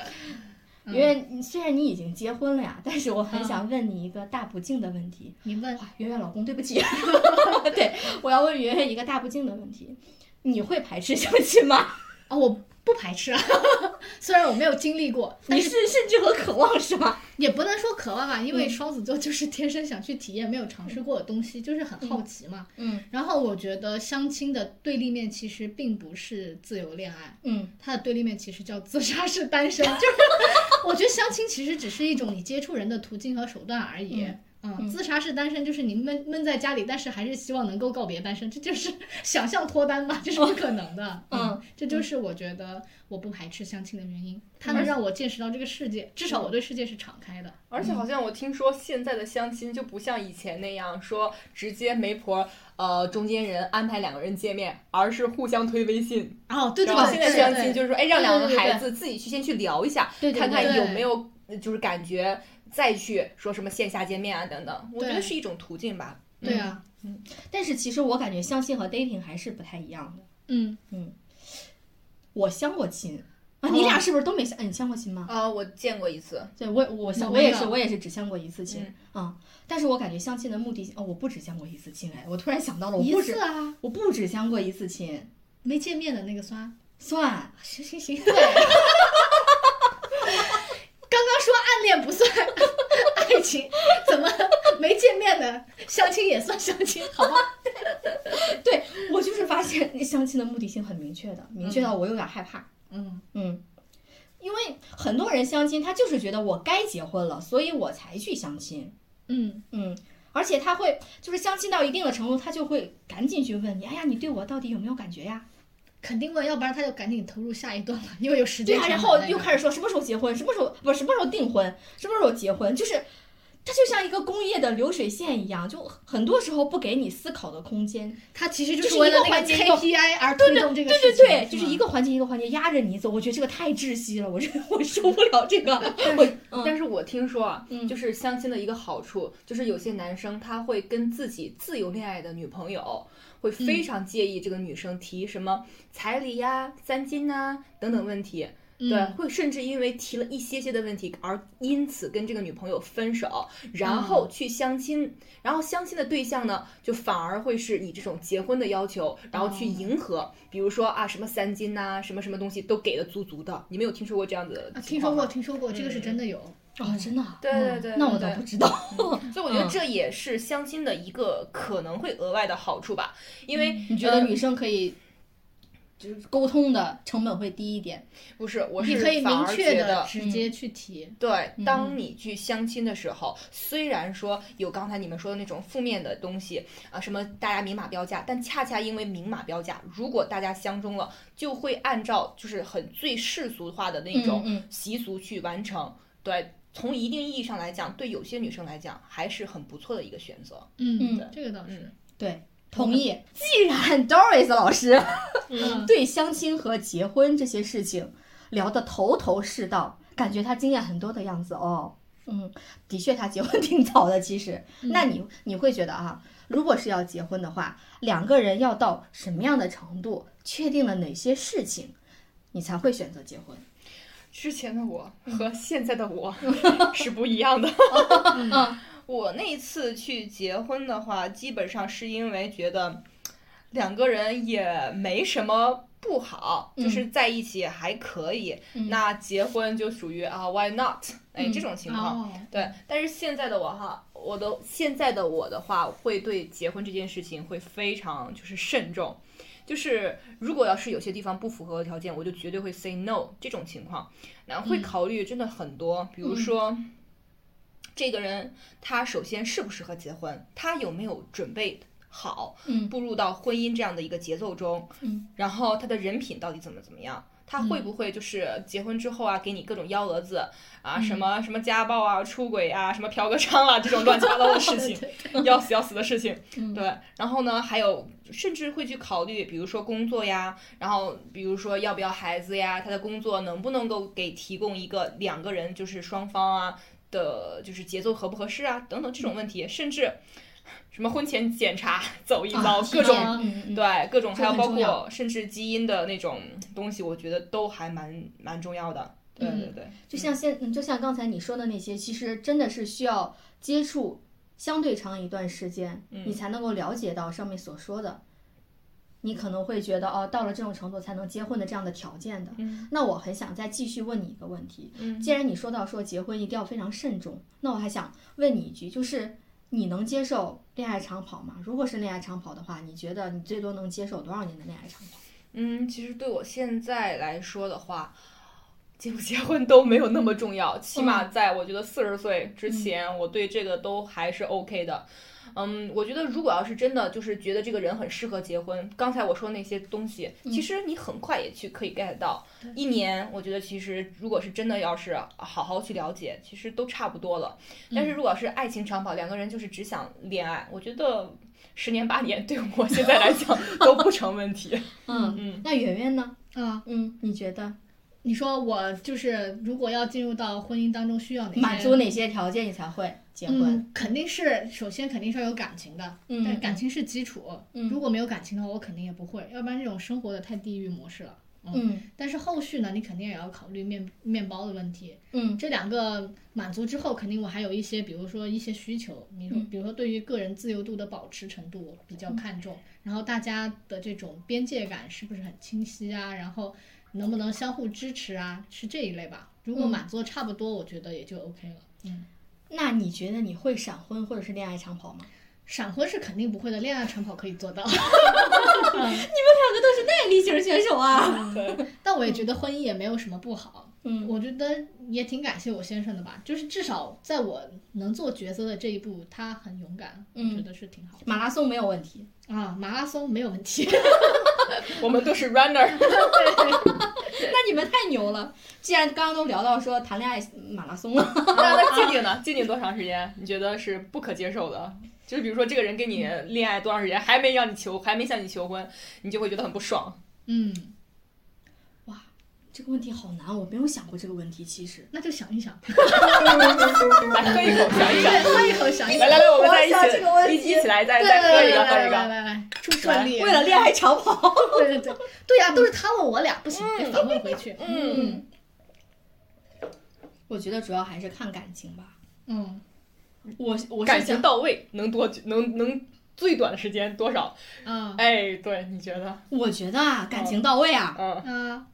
B: 嗯
A: 圆圆，你虽然你已经结婚了呀，但是我很想问你一个大不敬的问题。
B: 你问
A: 哇，圆圆老公，对不起，对我要问圆圆一个大不敬的问题，你会排斥相亲吗？
B: 啊，我不排斥啊， 虽然我没有经历过，但
A: 你
B: 是
A: 是甚至和渴望是吗？
B: 也不能说渴望啊吧，因为
A: 嗯
B: 双子座就是天生想去体验没有尝试过的东西，就是很好奇嘛。
A: 嗯
B: 然后我觉得相亲的对立面其实并不是自由恋爱，
A: 嗯
B: 它的对立面其实叫自杀式单身， 就是我觉得相亲其实只是一种你接触人的途径和手段而已。嗯
A: 嗯
B: 自杀式单身就是你闷闷在家里，但是还是希望能够告别单身，这就是想象脱单吧，这是不可能的。
A: 嗯，
B: 这就是我觉得我不排斥相亲的原因，它能让我见识到这个世界，至少我对世界是敞开的。
D: 而且好像我听说现在的相亲就不像以前那样说直接媒婆呃中间人安排两个人见面，而是互相推微信。
B: 哦，对对
D: 然后
B: 对，
D: 现在
B: 对
D: 相
B: 对
D: 亲就是说，哎，让两个孩子自己去先去聊一下，
A: 对对对
D: 看看
B: 对
D: 有没有呃就是感觉，再去说什么线下见面啊等等。我觉得
B: 对
D: 是一种途径吧。
B: 对啊，
A: 但是其实我感觉相亲和 dating 还是不太一样的。
B: 嗯，
A: 我相过亲啊，你
B: 哦
A: 俩是不是都没相？哎你相过亲吗？
D: 啊、我见过一次，
A: 对，我我相
B: 我
A: 我也
B: 没
A: 是
B: 嗯有嗯
A: 我也是只相过一次亲啊，但是我感觉相亲的目的哦，我不只相过一次亲哎，我突然想到了，我
B: 一
A: 不
B: 次
A: 止
B: 啊，
A: 我不只相过一次亲，
B: 没见面的那个酸，
A: 算
B: 行行行，对。刚刚说暗恋不算 爱情，怎么没见面的相亲也算相亲？好吧，
A: 对我就是发现那相亲的目的性很明确的，明确到我有点害怕，
B: 嗯
A: 嗯，因为很多人相亲他就是觉得我该结婚了，所以我才去相亲，
B: 嗯
A: 嗯，而且他会就是相亲到一定的程度，他就会赶紧去问你，哎呀，你对我到底有没有感觉呀？
B: 肯定问，要不然他就赶紧投入下一段了，因为有时
A: 对
B: 间
A: 呀、
B: 成
A: 然
B: 本
A: 后
B: 在
A: 又
B: 那
A: 开始说什么时候结婚，什么时候不是什么时候订婚，什么时候结婚，就是它就像一个工业的流水线一样，就很多时候不给你思考的空间。
B: 他其实就
A: 就是是
B: 为
A: 一
B: 了
A: 个
B: 那
A: 环
B: 个
A: 节一个
B: KPI 而
A: 对
B: 推
A: 对
B: 动这
A: 对
B: 个
A: 对
B: 事情
A: 对，就是
B: 吗
A: 一个环节一个环节压着你走，我觉得这个太窒息了，我这我受不了这 个。我
D: 但是我听说啊，
A: 嗯
D: 就是相亲的一个好处，就是有些男生他会跟自己自由恋爱的女朋友，会非常介意这个女生提什么彩礼呀、三金呐、等等问题。对，
B: 嗯
D: 会甚至因为提了一些些的问题而因此跟这个女朋友分手，然后去相亲，然后相亲的对象呢，就反而会是以这种结婚的要求，然后去迎合，比如说啊什么三金呐、什么什么东西都给的足足的。你们有听说过这样子的
B: 啊，
D: 情
B: 听
D: 况
B: 说
D: 吗？
B: 过，听说过，这个是真的有。
A: 哦，真的啊，
D: 对对对，
A: 那我
D: 对
A: 倒不嗯知道。
D: 所以我觉得这也是相亲的一个可能会额外的好处吧，因为
A: 嗯
D: 呃
A: 你觉得女生可以就是沟通的成本会低一点？
D: 不是，我
B: 你
D: 是
B: 可以
D: 反
B: 明
D: 而
B: 确
D: 觉
B: 的
D: 得
B: 直接去提，
D: 对，
A: 嗯
D: 当你去相亲的时候，虽然说有刚才你们说的那种负面的东西啊，什么大家明码标价，但恰恰因为明码标价，如果大家相中了，就会按照就是很最世俗化的那种
A: 嗯
D: 习俗去完成。对，从一定意义上来讲，对有些女生来讲还是很不错的一个选择。
B: 嗯
D: 嗯
B: 这个倒是，
A: 对，同意。既然 Doris 老师
B: 嗯，
A: 对相亲和结婚这些事情聊得头头是道，感觉她经验很多的样子哦。嗯，的确，她结婚 挺早的。其实，那你你会觉得啊，如果是要结婚的话，两个人要到什么样的程度，确定了哪些事情，你才会选择结婚？
D: 之前的我和现在的 我是不一样的。
B: 嗯
D: 我那一次去结婚的话，基本上是因为觉得两个人也没什么。不好，就是在一起还可以。那结婚就属于啊，why not？哎，这种情况。
B: 哦，
D: 对，但是现在的我哈，我的现在的我的话，会对结婚这件事情会非常就是慎重，就是如果要是有些地方不符合条件，我就绝对会 say no 这种情况，那会考虑真的很多，比如说。这个人他首先适不适合结婚，他有没有准备好，
A: 嗯
D: 步入到婚姻这样的一个节奏中，
A: 嗯，
D: 然后他的人品到底怎么怎么样，他会不会就是结婚之后啊，给你各种幺蛾子啊，什么什么家暴啊、出轨啊、什么嫖个娼啊这种乱七八糟的事情，要死要死的事情，对。然后呢，还有甚至会去考虑，比如说工作呀，然后比如说要不要孩子呀，他的工作能不能够给提供一个两个人就是双方啊的，就是节奏合不合适啊等等这种问题，甚至什么婚前检查走一遭，各种
B: 啊
D: 对各种还有
A: 嗯很
D: 包
A: 重
D: 括
A: 要
D: 甚至基因的那种东西，我觉得都还蛮蛮重要的。对对对，
A: 就像现，嗯就像刚才你说的那些，其实真的是需要接触相对长一段时间，你才能够了解到上面所说的。你可能会觉得哦，到了这种程度才能结婚的这样的条件的。那我很想再继续问你一个问题。既然你说到说结婚一定要非常慎重，那我还想问你一句，就是你能接受恋爱长跑吗？如果是恋爱长跑的话，你觉得你最多能接受多少年的恋爱长跑？
D: 嗯，其实对我现在来说的话，结不结婚都没有那么重要，起码在我觉得四十岁之前，我对这个都还是 OK 的。嗯，我觉得如果要是真的就是觉得这个人很适合结婚，刚才我说那些东西，其实你很快也去可以 get 到。一年，我觉得其实如果是真的要是好好去了解，其实都差不多了。但是如果是爱情长跑，两个人就是只想恋爱，我觉得十年八年对我现在来讲 都不成问题。
A: 嗯嗯。那圆圆呢？
B: 啊，
A: 嗯，你觉得
B: 你说我就是如果要进入到婚姻当中，需要哪些
A: 满
D: 嗯
A: 足哪些条件你才会结婚？
B: 嗯，肯定是首先肯定是要有感情的，
A: 嗯
B: 但感情是基础。
D: 嗯
B: 如果没有感情的话，我肯定也不会，要不然这种生活的太地狱模式了。
A: 嗯
B: 但是后续呢，你肯定也要考虑面面包的问题。
A: 嗯
B: 这两个满足之后，肯定我还有一些，比如说一些需求，比如说、比如说对于个人自由度的保持程度我比较看重，然后大家的这种边界感是不是很清晰啊？然后能不能相互支持啊？是这一类吧。如果满足得差不多，我觉得也就 OK 了。嗯。
A: 那你觉得你会闪婚或者是恋爱长跑吗？
B: 闪婚是肯定不会的，恋爱长跑可以做到，
A: 你们两个都是耐力型选手啊！
D: 对，
B: 但我也觉得婚姻也没有什么不好。
A: 嗯
B: 我觉得也挺感谢我先生的吧，就是至少在我能做角色的这一步，他很勇敢，
A: 嗯
B: 我觉得是挺好
A: 马拉松没有问题，
B: 的啊。马拉松没有问题，
D: 我们都 是 runner，
A: 那你们太牛了！既然刚刚都聊到说谈恋爱马拉松了，
D: 那那静 静呢？静静多长时间？你觉得是不可接受的？就是比如说这个人跟你恋爱多长时间，还没让你求，还没向你求婚，你就会觉得很不爽。
B: 嗯，
A: 这个问题好难，我没有想过这个问题。其实
B: 那就想一 想，
D: 来喝一口，想一想。
B: 喝一口想一
D: 来
B: 想，
D: 来来，我们再
A: 我想这个问
D: 一
A: 题
D: 起一一起来，再
B: 对
D: 再喝
B: 对
D: 一个，
B: 来
D: 喝
B: 来来
D: 一个。
B: 来来，祝顺
D: 啊
B: 利，
A: 为了恋爱长跑，
B: 对对对对呀，都是他问我俩，不行，得反问回去，
D: 嗯，
A: 嗯我觉得主要还是看感情吧。
B: 嗯，
A: 我我是
D: 嗯感
A: 想
D: 情到位能多久能能最短的时间多少？
B: 啊
D: 哎，对，你觉得？
A: 我觉得啊，感情到位啊，
D: 嗯，
B: 啊，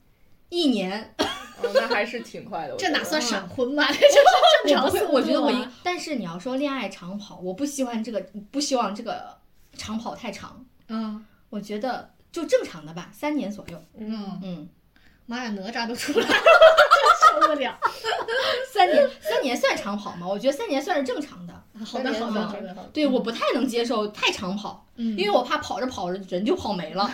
A: 一年
D: 哦那还是挺快的。我
B: 这
D: 觉得
B: 哪算闪婚 嘛？这就是
A: 我
B: 正常
A: 不会
B: 速，度
A: 我觉得我
B: 啊
A: 应，但是你要说恋爱长跑，我不希望这个，不希望这个长跑太长。
B: 嗯
A: 我觉得就正常的吧，三年左右。
B: 嗯，
A: 嗯，
B: 妈呀，哪吒都出来了， 真受不 了。
A: 三年，三年算长跑吗？我觉得三年算是正常的。
B: 好的好的好的，
D: 嗯
A: 对，我不太能接受太长跑，
B: 嗯，
A: 因为我怕跑着跑着人就跑没 了，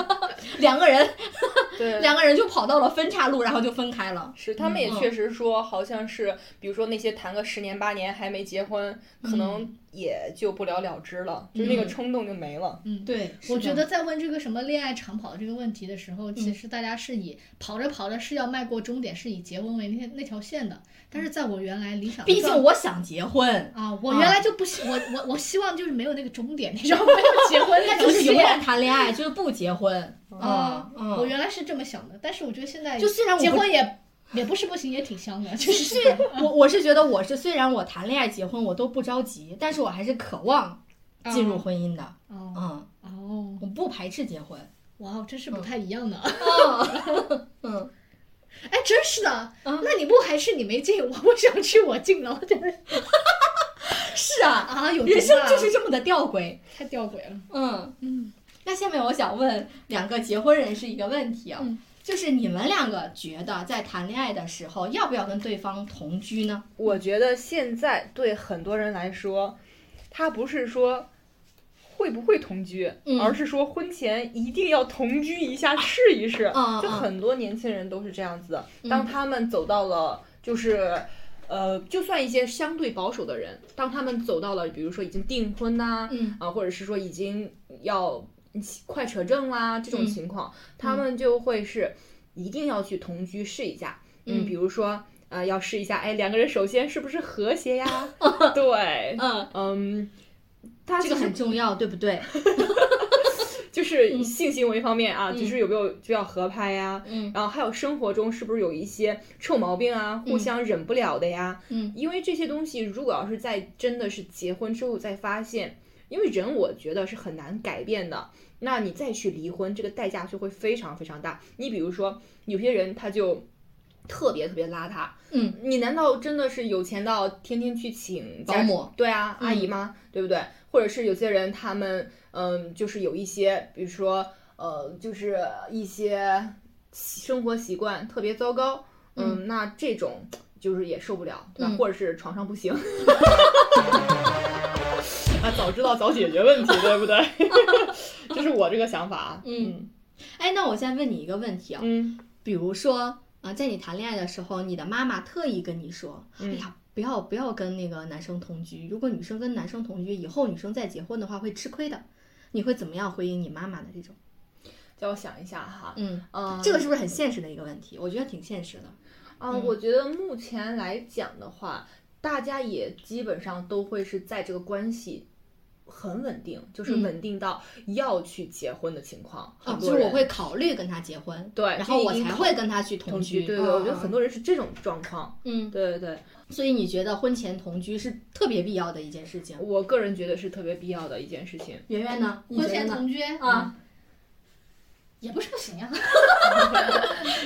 A: 两个人
D: 嗯对。
A: 两个人就跑到了分岔路，然后就分开了。
D: 是，他们也
A: 嗯
D: 确实说，好像是，比如说那些谈个十年八年还没结婚，可能也就不了了之了，就那个
A: 嗯
D: 冲动就没了。
A: 对，
B: 我觉得在问这个什么恋爱长跑这个问题的时候，其实大家是以跑着跑着是要迈过终点，是以结婚为那那条线的。但是在我原来理想的
A: 毕
B: 状
A: 竟我想结 婚，
B: 啊，我原来就不希我我我希望就是没有那个终点，你知道 吗？没有结婚
A: 那
B: 那
A: 就
B: 种
A: 是
B: 结
A: 永远谈恋爱，就是不结婚。
B: 啊
A: 嗯嗯
B: 我原来是这么想的，但是我觉得现在
A: 就虽然我
B: 结
A: 不
B: 婚也也不是不行，也挺香的，就是
A: 虽我我是觉得我是虽然我谈恋爱结婚我都不着急，但是我还是渴望进入婚姻的。
B: 哦
A: 嗯，
B: 哦，
A: 我不排斥结婚。
B: 哇哦，真是不太一样呢。
A: 嗯，
B: 哎，真是的，那你不还是你没进，我 不想去，我进了，我真的
A: 是 啊，
B: 啊，有
A: 人生
B: 毒啊
A: 就是这么的吊诡。
B: 太吊诡了。
A: 嗯
B: 嗯，
A: 那下面我想问两个结婚人士一个问题啊，
B: 嗯
A: 就是你们两个觉得在谈恋爱的时候要不要跟对方同居呢？
D: 我觉得现在对很多人来说，他不是说会不会同居，
A: 嗯
D: 而是说婚前一定要同居一下试一试。
A: 嗯
D: 就
A: 嗯
D: 很多年轻人都是这样子的，
A: 嗯
D: 当他们走到了就是。呃，就算一些相对保守的人，当他们走到了，比如说已经订婚呐、
A: 嗯
D: 啊，或者是说已经要嗯快车证啦、这种
A: 嗯
D: 情况，他们就会是一定要去同居试一下。
A: 嗯
D: 比如说呃，要试一下，哎，两个人首先是不是和 谐呀？对，
A: 嗯，
D: 嗯，他
A: 这个很重要，对不对？
D: 就是性行为方面啊，
A: 嗯
D: 就是有没有就要合拍呀？
A: 嗯
D: 然后还有生活中是不是有一些臭毛病啊，互相忍不了的呀？
A: 嗯，
D: 因为这些东西如果要是在真的是结婚之后再发现，因为人我觉得是很难改变的，那你再去离婚，这个代价就会非常非常大。你比如说有些人他就特别特别邋遢，
A: 嗯，
D: 你难道真的是有钱到天天去请家
A: 保姆？
D: 对啊，
A: 嗯
D: 阿姨吗？对不对？或者是有些人他们嗯，就是有一些，比如说呃，就是一些生活习惯特别糟糕，嗯，那这种就是也受不了，对吧？
A: 嗯
D: 或者是床上不 行。 啊，早知道早解决问题，对不对？这是我这个想法。
A: 嗯哎，那我再问你一个问题啊，
D: 嗯
A: 比如说啊、呃在你谈恋爱的时候，你的妈妈特意跟你说，哎呀，不要不要跟那个男生同居，如果女生跟男生同居，以后女生再结婚的话会吃亏的。你会怎么样回应你妈妈的这种？
D: 叫我想一下哈，
A: 嗯，
D: 嗯，
A: 这个是不是很现实的一个问题？我觉得挺现实的。
D: 啊，
A: 嗯
D: 我觉得目前来讲的话，大家也基本上都会是在这个关系很稳定，就是
A: 嗯
D: 稳定到要去结婚的情况。
A: 哦，
D: 很多
A: 就是我
D: 人
A: 会考虑跟他结婚，
D: 对
A: 然后我
D: 就已经
A: 才
D: 考
A: 会跟他去同
D: 同居，
A: 居。
D: 对对，
A: 嗯
D: 我觉得很多人是这种状况。
A: 嗯，
D: 对对对，
A: 所以你觉得婚前同居是特别必要的一件事情？
D: 我个人觉得是特别必要的一件事情。
A: 圆圆呢？你
B: 婚
A: 觉得
B: 前
A: 呢？
B: 同居
A: 啊，
B: 也不是 不 行呀，啊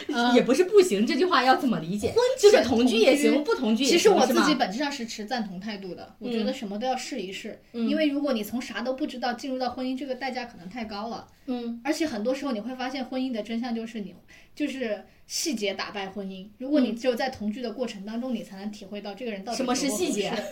B: 嗯
A: 嗯也不是不行，这句话要怎么理解？就是
B: 前
A: 同
B: 同
A: 居也
B: 居
A: 行，不同居也行。
B: 其实我
A: 是
B: 自己
A: 吗
B: 本质上是持赞同态度的，我觉得什么都要试一试，
A: 嗯
B: 因为如果你从啥都不知道进入到婚姻，这个代价可能太高了。
A: 嗯
B: 而且很多时候你会发现，婚姻的真相就是你，就是细节打败婚姻。如果你只有在同居的过程当中，你才能体会到这个人到底
A: 嗯什么是
B: 多合
A: 细节
B: 适。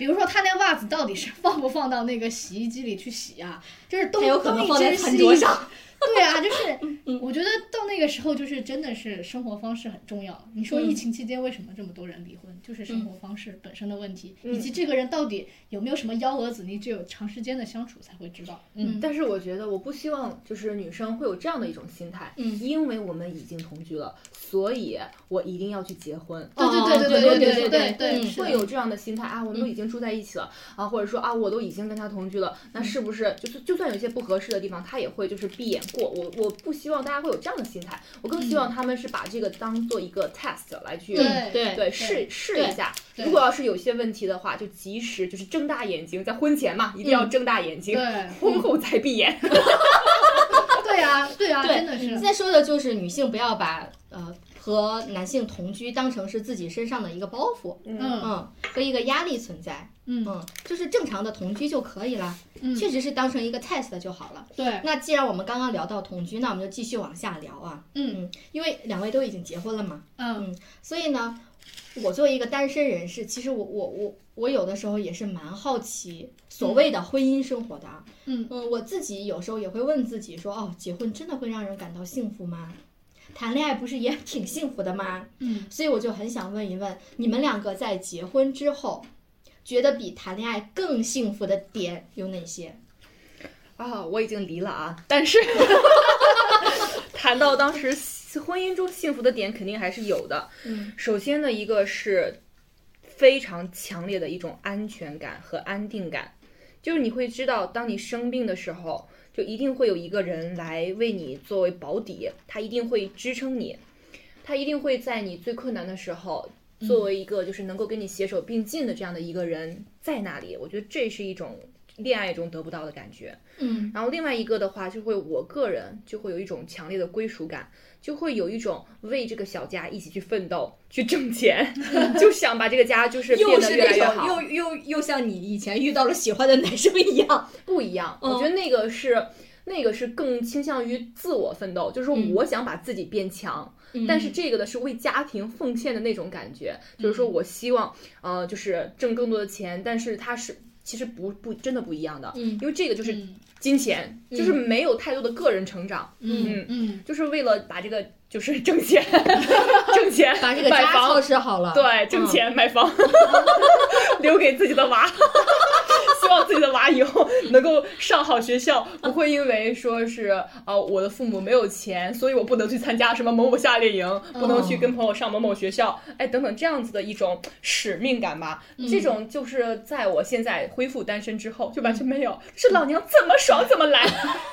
B: 比如说，他那袜子到底是放不放到那个洗衣机里去洗啊？就是东
A: 还有可能
B: 东
A: 放
B: 一
A: 在
B: 只
A: 餐
B: 西
A: 桌
B: 一
A: 上。
B: 对啊，就是我觉得到那个时候，就是真的是生活方式很重要。你说疫情期间为什么这么多人离婚，就是生活方式本身的问题，以及这个人到底有没有什么幺蛾子，你只有长时间的相处才会知道。嗯，
D: 但是我觉得我不希望就是女生会有这样的一种心态，
A: 嗯
D: 因为我们已经同居了，所以我一定要去结婚。
B: 对哦对对
D: 对
B: 对
D: 对
B: 对
A: 嗯
B: 对，
D: 会有这样的心态啊，我们都已经住在一起了、啊，或者说啊，我都已经跟他同居了，
B: 嗯
D: 那是不是就是就算有一些不合适的地方，他也会就是闭眼过？我我不希望大家会有这样的心态，我更希望他们是把这个当做一个 test 来去
B: 嗯对
A: 对
D: 对，试试
A: 对
D: 一下。
B: 对
D: 如果要是有些问题的话，就及时就是睁大眼睛，在婚前嘛，一
B: 嗯
D: 定要睁大眼睛，
B: 对
D: 婚后再闭眼。
B: 对啊对啊，
A: 对
B: 真的是
A: 现。在说的就是女性不要把呃和男性同居当成是自己身上的一个包袱，
B: 嗯
A: 嗯，和一个压力存在，
B: 嗯
A: 嗯，就是正常的同居就可以了，
B: 嗯，
A: 确实是当成一个 test 就好了。
B: 对，
A: 那既然我们刚刚聊到同居，那我们就继续往下聊啊，
B: 嗯
A: 因为两位都已经结婚了嘛，
B: 嗯
A: 所以呢，我作为一个单身人士，其实我我我我有的时候也是蛮好奇所谓的婚姻生活的啊。
B: 嗯
A: 嗯，我自己有时候也会问自己说，哦，结婚真的会让人感到幸福吗？谈恋爱不是也 挺幸福的吗？
B: 嗯，
A: 所以我就很想问一问，你们两个在结婚之后，觉得比谈恋爱更幸福的点有哪些？
D: 啊，我已经离了啊，但是 谈到当时婚姻中幸福的点，肯定还是有的。
A: 嗯，
D: 首先呢，一个是非常强烈的一种安全感和安定感，就是你会知道，当你生病的时候，就一定会有一个人来为你作为保底，他一定会支撑你，他一定会在你最困难的时候。作为一个就是能够跟你携手并进的这样的一个人在那里，我觉得这是一种恋爱中得不到的感觉。
A: 嗯
D: 然后另外一个的话，就会我个人就会有一种强烈的归属感，就会有一种为这个小家一起去奋斗、去 挣钱，就想把这个家就是变
A: 又
D: 得
A: 是
D: 越来
A: 那
D: 越
A: 种又
D: 好，
A: 又又像你以前遇到了喜欢的男生一样，
D: 不一样。
A: 嗯
D: 我觉得那个是。那个是更倾向于自我奋斗，就是说
A: 嗯
D: 我想把自己变强，但是这个呢是为家庭奉献的那种感觉，就
A: 嗯
D: 是说我希望，呃，就是挣更多的钱，但是它是其实不不真的不一样的，
A: 嗯
D: 因为这个就是
B: 嗯
D: 金钱，就是没有太多的个人成长，
B: 嗯嗯
D: 就是为了把这个就是 挣钱，挣钱
A: 把这个
D: 买
A: 家嗯
D: 房
A: 操，持好了，
D: 对，挣钱、买房， 留给自己的娃。 希望自己的娃以后能够上好学校，不会因为说是啊、呃我的父母没有钱，所以我不能去参加什么某某夏令营，不能去
A: 嗯
D: 跟朋友上某某学校，哎，等等这样子的一种使命感吧。
A: 嗯
D: 这种就是在我现在恢复单身之后就完全没有，是
A: 嗯
D: 老娘怎么爽怎么来。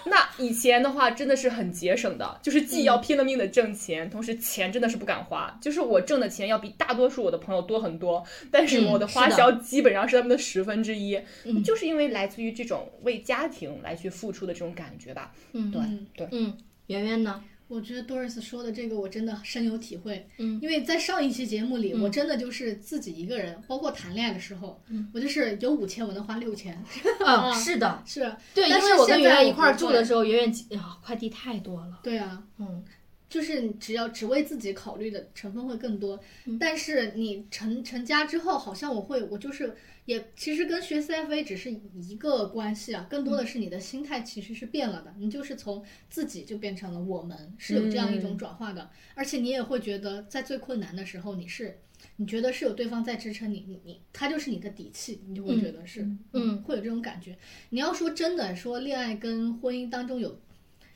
D: 那以前的话真的是很节省的，就是既要拼了命的挣钱，同时钱真的是不敢花，就是我挣的钱要比大多数我的朋友多很多，但是我的
A: 嗯
D: 花
A: 是的
D: 销基本上是他们的十分之一。
A: 嗯
D: 就是因为来自于这种为家庭来去付出的这种感觉吧。
A: 嗯，
D: 对
B: 嗯。
A: 嗯，圆圆呢？
B: 我觉得 Doris 说的这个我真的深有体会，
A: 嗯
B: 因为在上一期节目里，我真的就是自己一个人，包括谈恋爱的时候，我就是有五千我能花六千，
A: 嗯，是的，
B: 是啊
A: 对，因
B: 但是
A: 为我跟
B: 现
A: 圆
B: 在
A: 圆一
B: 我
A: 块儿
B: 不
A: 住
B: 会
A: 的时候，圆圆哎呀，快递太多了，
B: 对啊，
A: 嗯
B: 就是你只要只为自己考虑的成分会更多，但是你成成家之后，好像我会我就是也其实跟学 CFA 只是一个关系啊，更多的是你的心态其实是变了的，你就是从自己就变成了我们，是有这样一种转化的，而且你也会觉得在最困难的时候你是。你觉得是有对方在支撑你，你你他就是你的底气，你就会觉得是，
A: 嗯
B: 会有这种感觉。你要说真的说恋爱跟婚姻当中有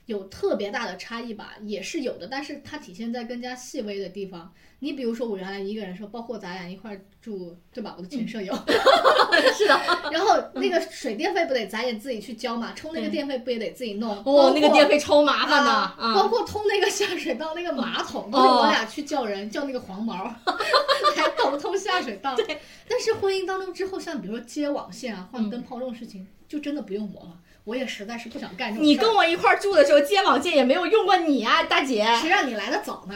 B: 有特别大的差异吧，也是有的，但是它体现在更加细微的地方。你比如说，我原来一个人的时候，包括咱俩一块儿住，对吧？我的
A: 嗯
B: 前舍 友，
A: 是的，
B: 然后那个水电费不得咱也自己去交嘛，充那个电费不也得自己弄？
A: 哦，那个电费超麻
B: 麻
A: 烦的
B: 包
A: 啊，
B: 括通那个下水道那个马 桶，都
A: 哦
B: 是我俩去叫人叫那个黄毛 来搞通下水 道。对，但是婚姻当中之后，像比如说接网线啊、换灯泡这种事情，就真的不用我了。我也实在是不想干这种事儿。
A: 嗯你跟我一块儿住的时候，接网线也没有用过你啊，大姐。
B: 谁让你来的 早呢？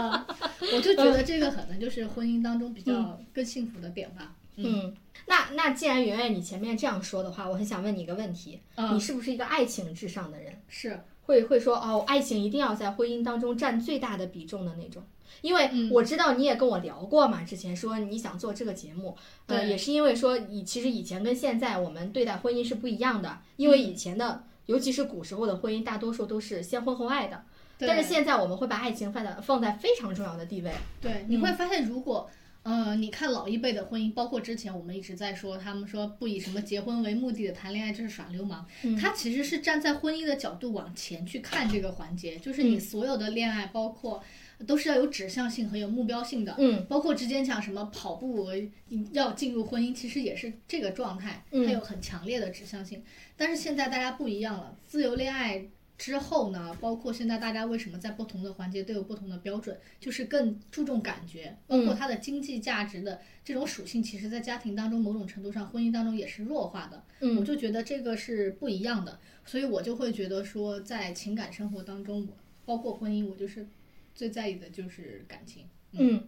B: 啊，我就觉得这个可能就是婚姻当中比较更幸福的点吧。
A: 嗯，那那既然圆圆你前面这样说的话，我很想问你一个问题，
B: 嗯
A: 你是不是一个爱情至上的人？
B: 是，
A: 会会说哦，爱情一定要在婚姻当中占最大的比重的那种。因为我知道你也跟我聊过嘛，之前说你想做这个节目，呃，
B: 对
A: 也是因为说以其实以前跟现在我们对待婚姻是不一样的，因为以前的、尤其是古时候的婚姻，大多数都是先婚后爱的，但是现在我们会把爱情放在放在非常重要的地位。
B: 对，你会发现，如果呃，你看老一辈的婚姻，包括之前我们一直在说，他们说不以什么结婚为目的的谈恋爱就是耍流氓，
A: 嗯
B: 他其实是站在婚姻的角度往前去看这个环节，就是你所有的恋爱，包括都是要有指向性和有目标性的。
A: 嗯，
B: 包括之前讲什么跑步呃要进入婚姻，其实也是这个状态，它
A: 嗯
B: 有很强烈的指向性。但是现在大家不一样了，自由恋爱之后呢，包括现在大家为什么在不同的环节都有不同的标准，就是更注重感觉，包
A: 嗯
B: 括它的经济价值的这种属性，其实在家庭当中某种程度上，婚姻当中也是弱化的。
A: 嗯
B: 我就觉得这个是不一样的，所以我就会觉得说，在情感生活当中，我包括婚姻，我就是最在意的就是感情。
A: 嗯，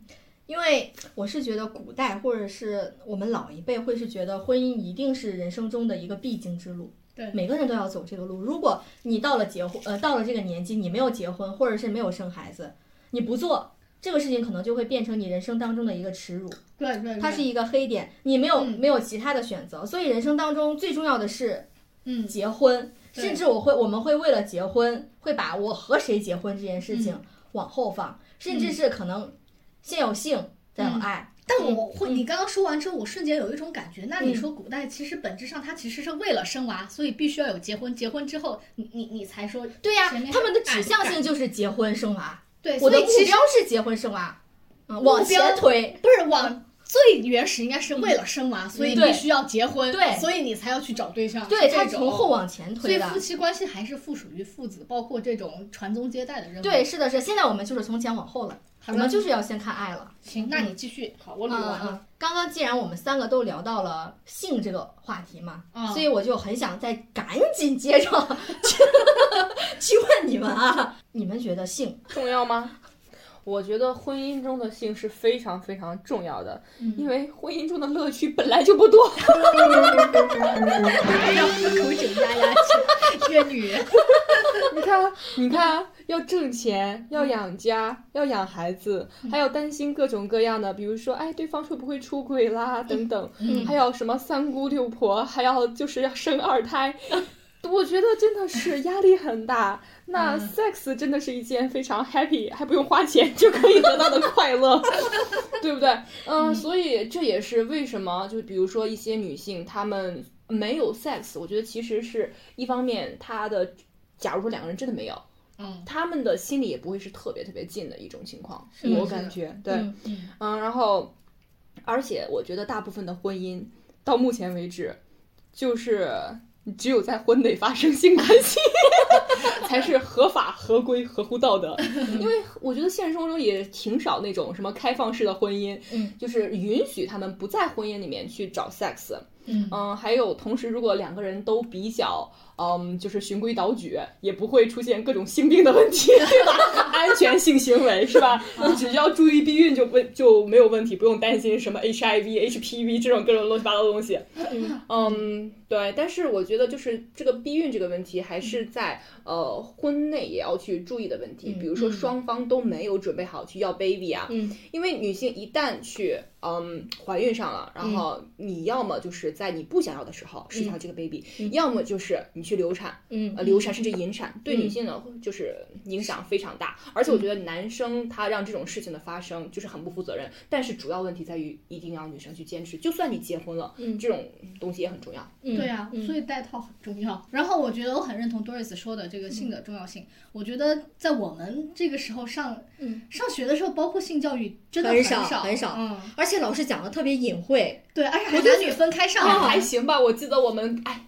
A: 因为我是觉得古代或者是我们老一辈会是觉得婚姻一定是人生中的一个必经之路，
B: 对
A: 每个人都要走这个路。如果你到了结婚，呃，到了这个年纪，你没有结婚，或者是没有生孩子，你不做。这个事情可能就会变成你人生当中的一个耻辱，
B: 对对对，
A: 它是一个黑点，你没有、
B: 嗯
A: 没有其他的选择，所以人生当中最重要的是
B: 嗯
A: 结婚，
B: 对
A: 甚至我会我们会为了结婚，会把我和谁结婚这件事
B: 嗯
A: 情往后放，甚至是可能先有性再有
B: 嗯
A: 爱，
B: 但我嗯会，你刚刚说完之后，我瞬间有一种感觉，那你说古代其实本质上它其实是为了生娃，所以必须要有结婚，结婚之后你你你才说
A: 对呀、
B: 前面
A: 他们的
B: 还
A: 指向性就是结婚生娃，
B: 对，
A: 我
B: 所
A: 的
B: 以
A: 目
B: 其实
A: 标是结婚生娃，嗯，
B: 目
A: 往前
B: 标
A: 推，
B: 不是往最原始应该是为了生娃，所以
A: 对
B: 必须要结婚，
A: 对
B: 所以你才要去找嗯对象，
A: 对
B: 是
A: 他
B: 这种
A: 从后。往前
B: 所以
A: 推的
B: 夫。妻关系还是附属于父子，包括这种传宗接代的任务。
A: 对，，是的是，现在我们就是从前往后了，
B: 好
A: 我
B: 的
A: 们就是要先看爱了。
B: 行，那你继续。好，我
A: 嗯
B: 捋
A: 嗯
B: 完了。
A: 嗯，刚刚既然我们三个都聊到了性这个话题嘛，
B: 嗯
A: 所以我就很想再赶紧接着去 去问你们啊，你们觉得性
D: 重要吗？我觉得婚姻中的性是非常非常重要的，因为婚姻中的乐趣本来就不多。
B: 让我的口水压压 惊，越女人。
D: 你看，你看，要挣钱，要养家，要养孩子，还要担心各种各样的，比如说，哎，对方会不会出轨啦，等等，还有什么三姑六婆，还要就是要生二胎。 我觉得真的是压力很大。那 sex 真的是一件非常 happy，还不用花钱就可以得到的快乐， 对不对？嗯，所以这也是为什么，就比如说一些女性她们没有 sex，我觉得其实是一方面她的假如说两个人真的没有，
B: 嗯，
D: 他们的心里也不会是特别特别近的一种情况，
B: 是的
D: 我
B: 是的
D: 感觉对，
A: 嗯
B: 嗯
D: 嗯，然后，而且我觉得大部分的婚姻到目前为止，就是只有在婚内发生性关 系才是合法、合规、合乎道德。
B: 嗯
D: 因为我觉得现实生活中也挺少那种什么开放式的婚姻，
A: 嗯，
D: 就是允许他们不在婚姻里面去找 sex。
B: 嗯
D: 嗯，还有同时，如果两个人都比较，嗯，就是循规蹈矩，也不会出现各种性病的问题，对吧？安全性行为是吧？你只要注意避孕就不就没有问题，不用担心什么 HIV、HPV 这种各种乱七八糟的东西。嗯，对。但是我觉得就是这个避孕这个问题，还是在呃婚内也要去注意的问题，比如说双方都没有准备好去要 baby 啊，因为女性一旦去嗯怀孕上了，然后你要么就是在你不想要的时候生下这个 baby，、要么就是你去流产，
A: 嗯
D: 呃，流产甚至引产，对女性的就是影响非常大。而且我觉得男生他让这种事情的发生就是很不负责任，但是主要问题在于一定要女生去坚持，就算你结婚了，这种东西也很重要。
A: 嗯
B: 对啊，所以带套很重要。然后我觉得我很认同 Doris 说的这个性的重要性。我觉得在我们这个时候上、上学的时候，包括性教育真的
A: 嗯很
B: 少
A: 少
B: 很
A: 很少
B: 嗯，
A: 而且老师讲的特别隐晦，
B: 对，而且还男女分开上。
A: 哦
D: 还行吧，我记得我们哎。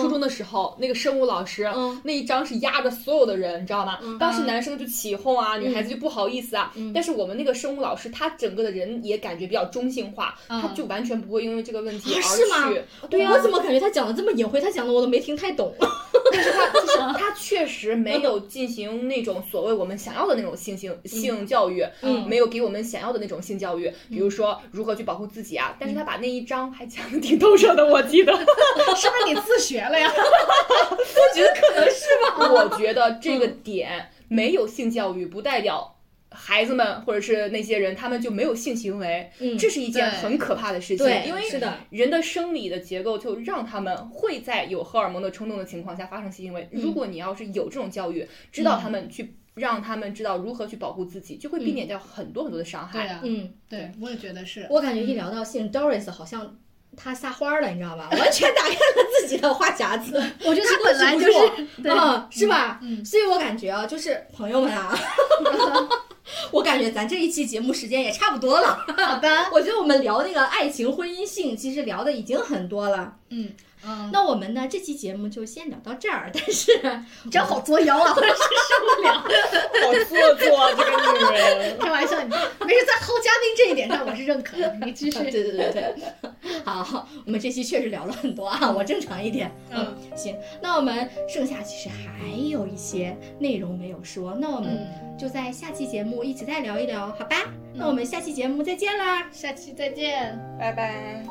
D: 初中的时候，那个生物老师、
A: 啊嗯
D: 那一章是压着所有的人，你知道吗？当时男生就起哄啊，女孩子就不好意思啊。
A: 嗯
D: 但是我们那个生物老师，他整个的人也感觉比较中性化，
B: 嗯
D: 他 就完全不会因为这个问题而去。
A: 嗯啊是吗？
D: 对呀、
A: 我怎么感觉他讲的这么隐晦？他讲的我都没听太懂。
D: 但是他就是
A: 嗯
D: 他确实没有进行那种所谓我们想要的那种性性性教育，
A: 嗯
D: 没有给我们想要的那种性教育，比如说如何去保护自己啊。但是他把那一章还讲的挺透彻的，我记得。
B: 是不是你自学了呀？
D: 我觉得这
A: 嗯
D: 个点没有性教育，不代表孩子们或者是那些人他们就没有性行为，
A: 嗯
D: 这是一件
B: 对
D: 很可怕的事情，
A: 对，
D: 因为
A: 是的，
D: 人的生理的结构就让他们会在有荷尔蒙的冲动的情况下发生性行为。如果你要是有这种教育，知道他们去让他们知道如何去保护自己，就会避免掉很多很多的伤
B: 对
D: 害。
B: 呀、
A: 嗯，
B: 对，我也觉得是。
A: 我感觉一聊到性，Doris 好像她撒花儿了，你知道吧？完全打开了自己的花匣子。
B: 我觉得
A: 他
B: 这本来就是对
A: 啊，是吧？
B: 嗯
A: 所以我感觉啊，就是朋友们 啊，我感觉咱这一期节目时间也差不多了。
B: 嗯好的，
A: 我觉得我们聊那个爱情、婚姻、性，其实聊的已经很多了。
B: 嗯嗯，
A: 那我们呢，这期节目就先聊到这儿。但是，
B: 你这样好作妖啊！ 我真是受不了。
C: 好做作啊，这个女人。
B: 开玩笑，你没事，在薅嘉宾这一点上我是认可的，你 继续。
A: 对对对对，好，我们这期确实聊了很多啊，我正常一点。
B: 嗯，
A: 行，那我们剩下其实还有一些内容没有说，那我们
B: 嗯，
A: 就在下期节目一起再聊一聊，好吧？那我们下期节目再见啦！
B: 下期再见。
D: 拜拜。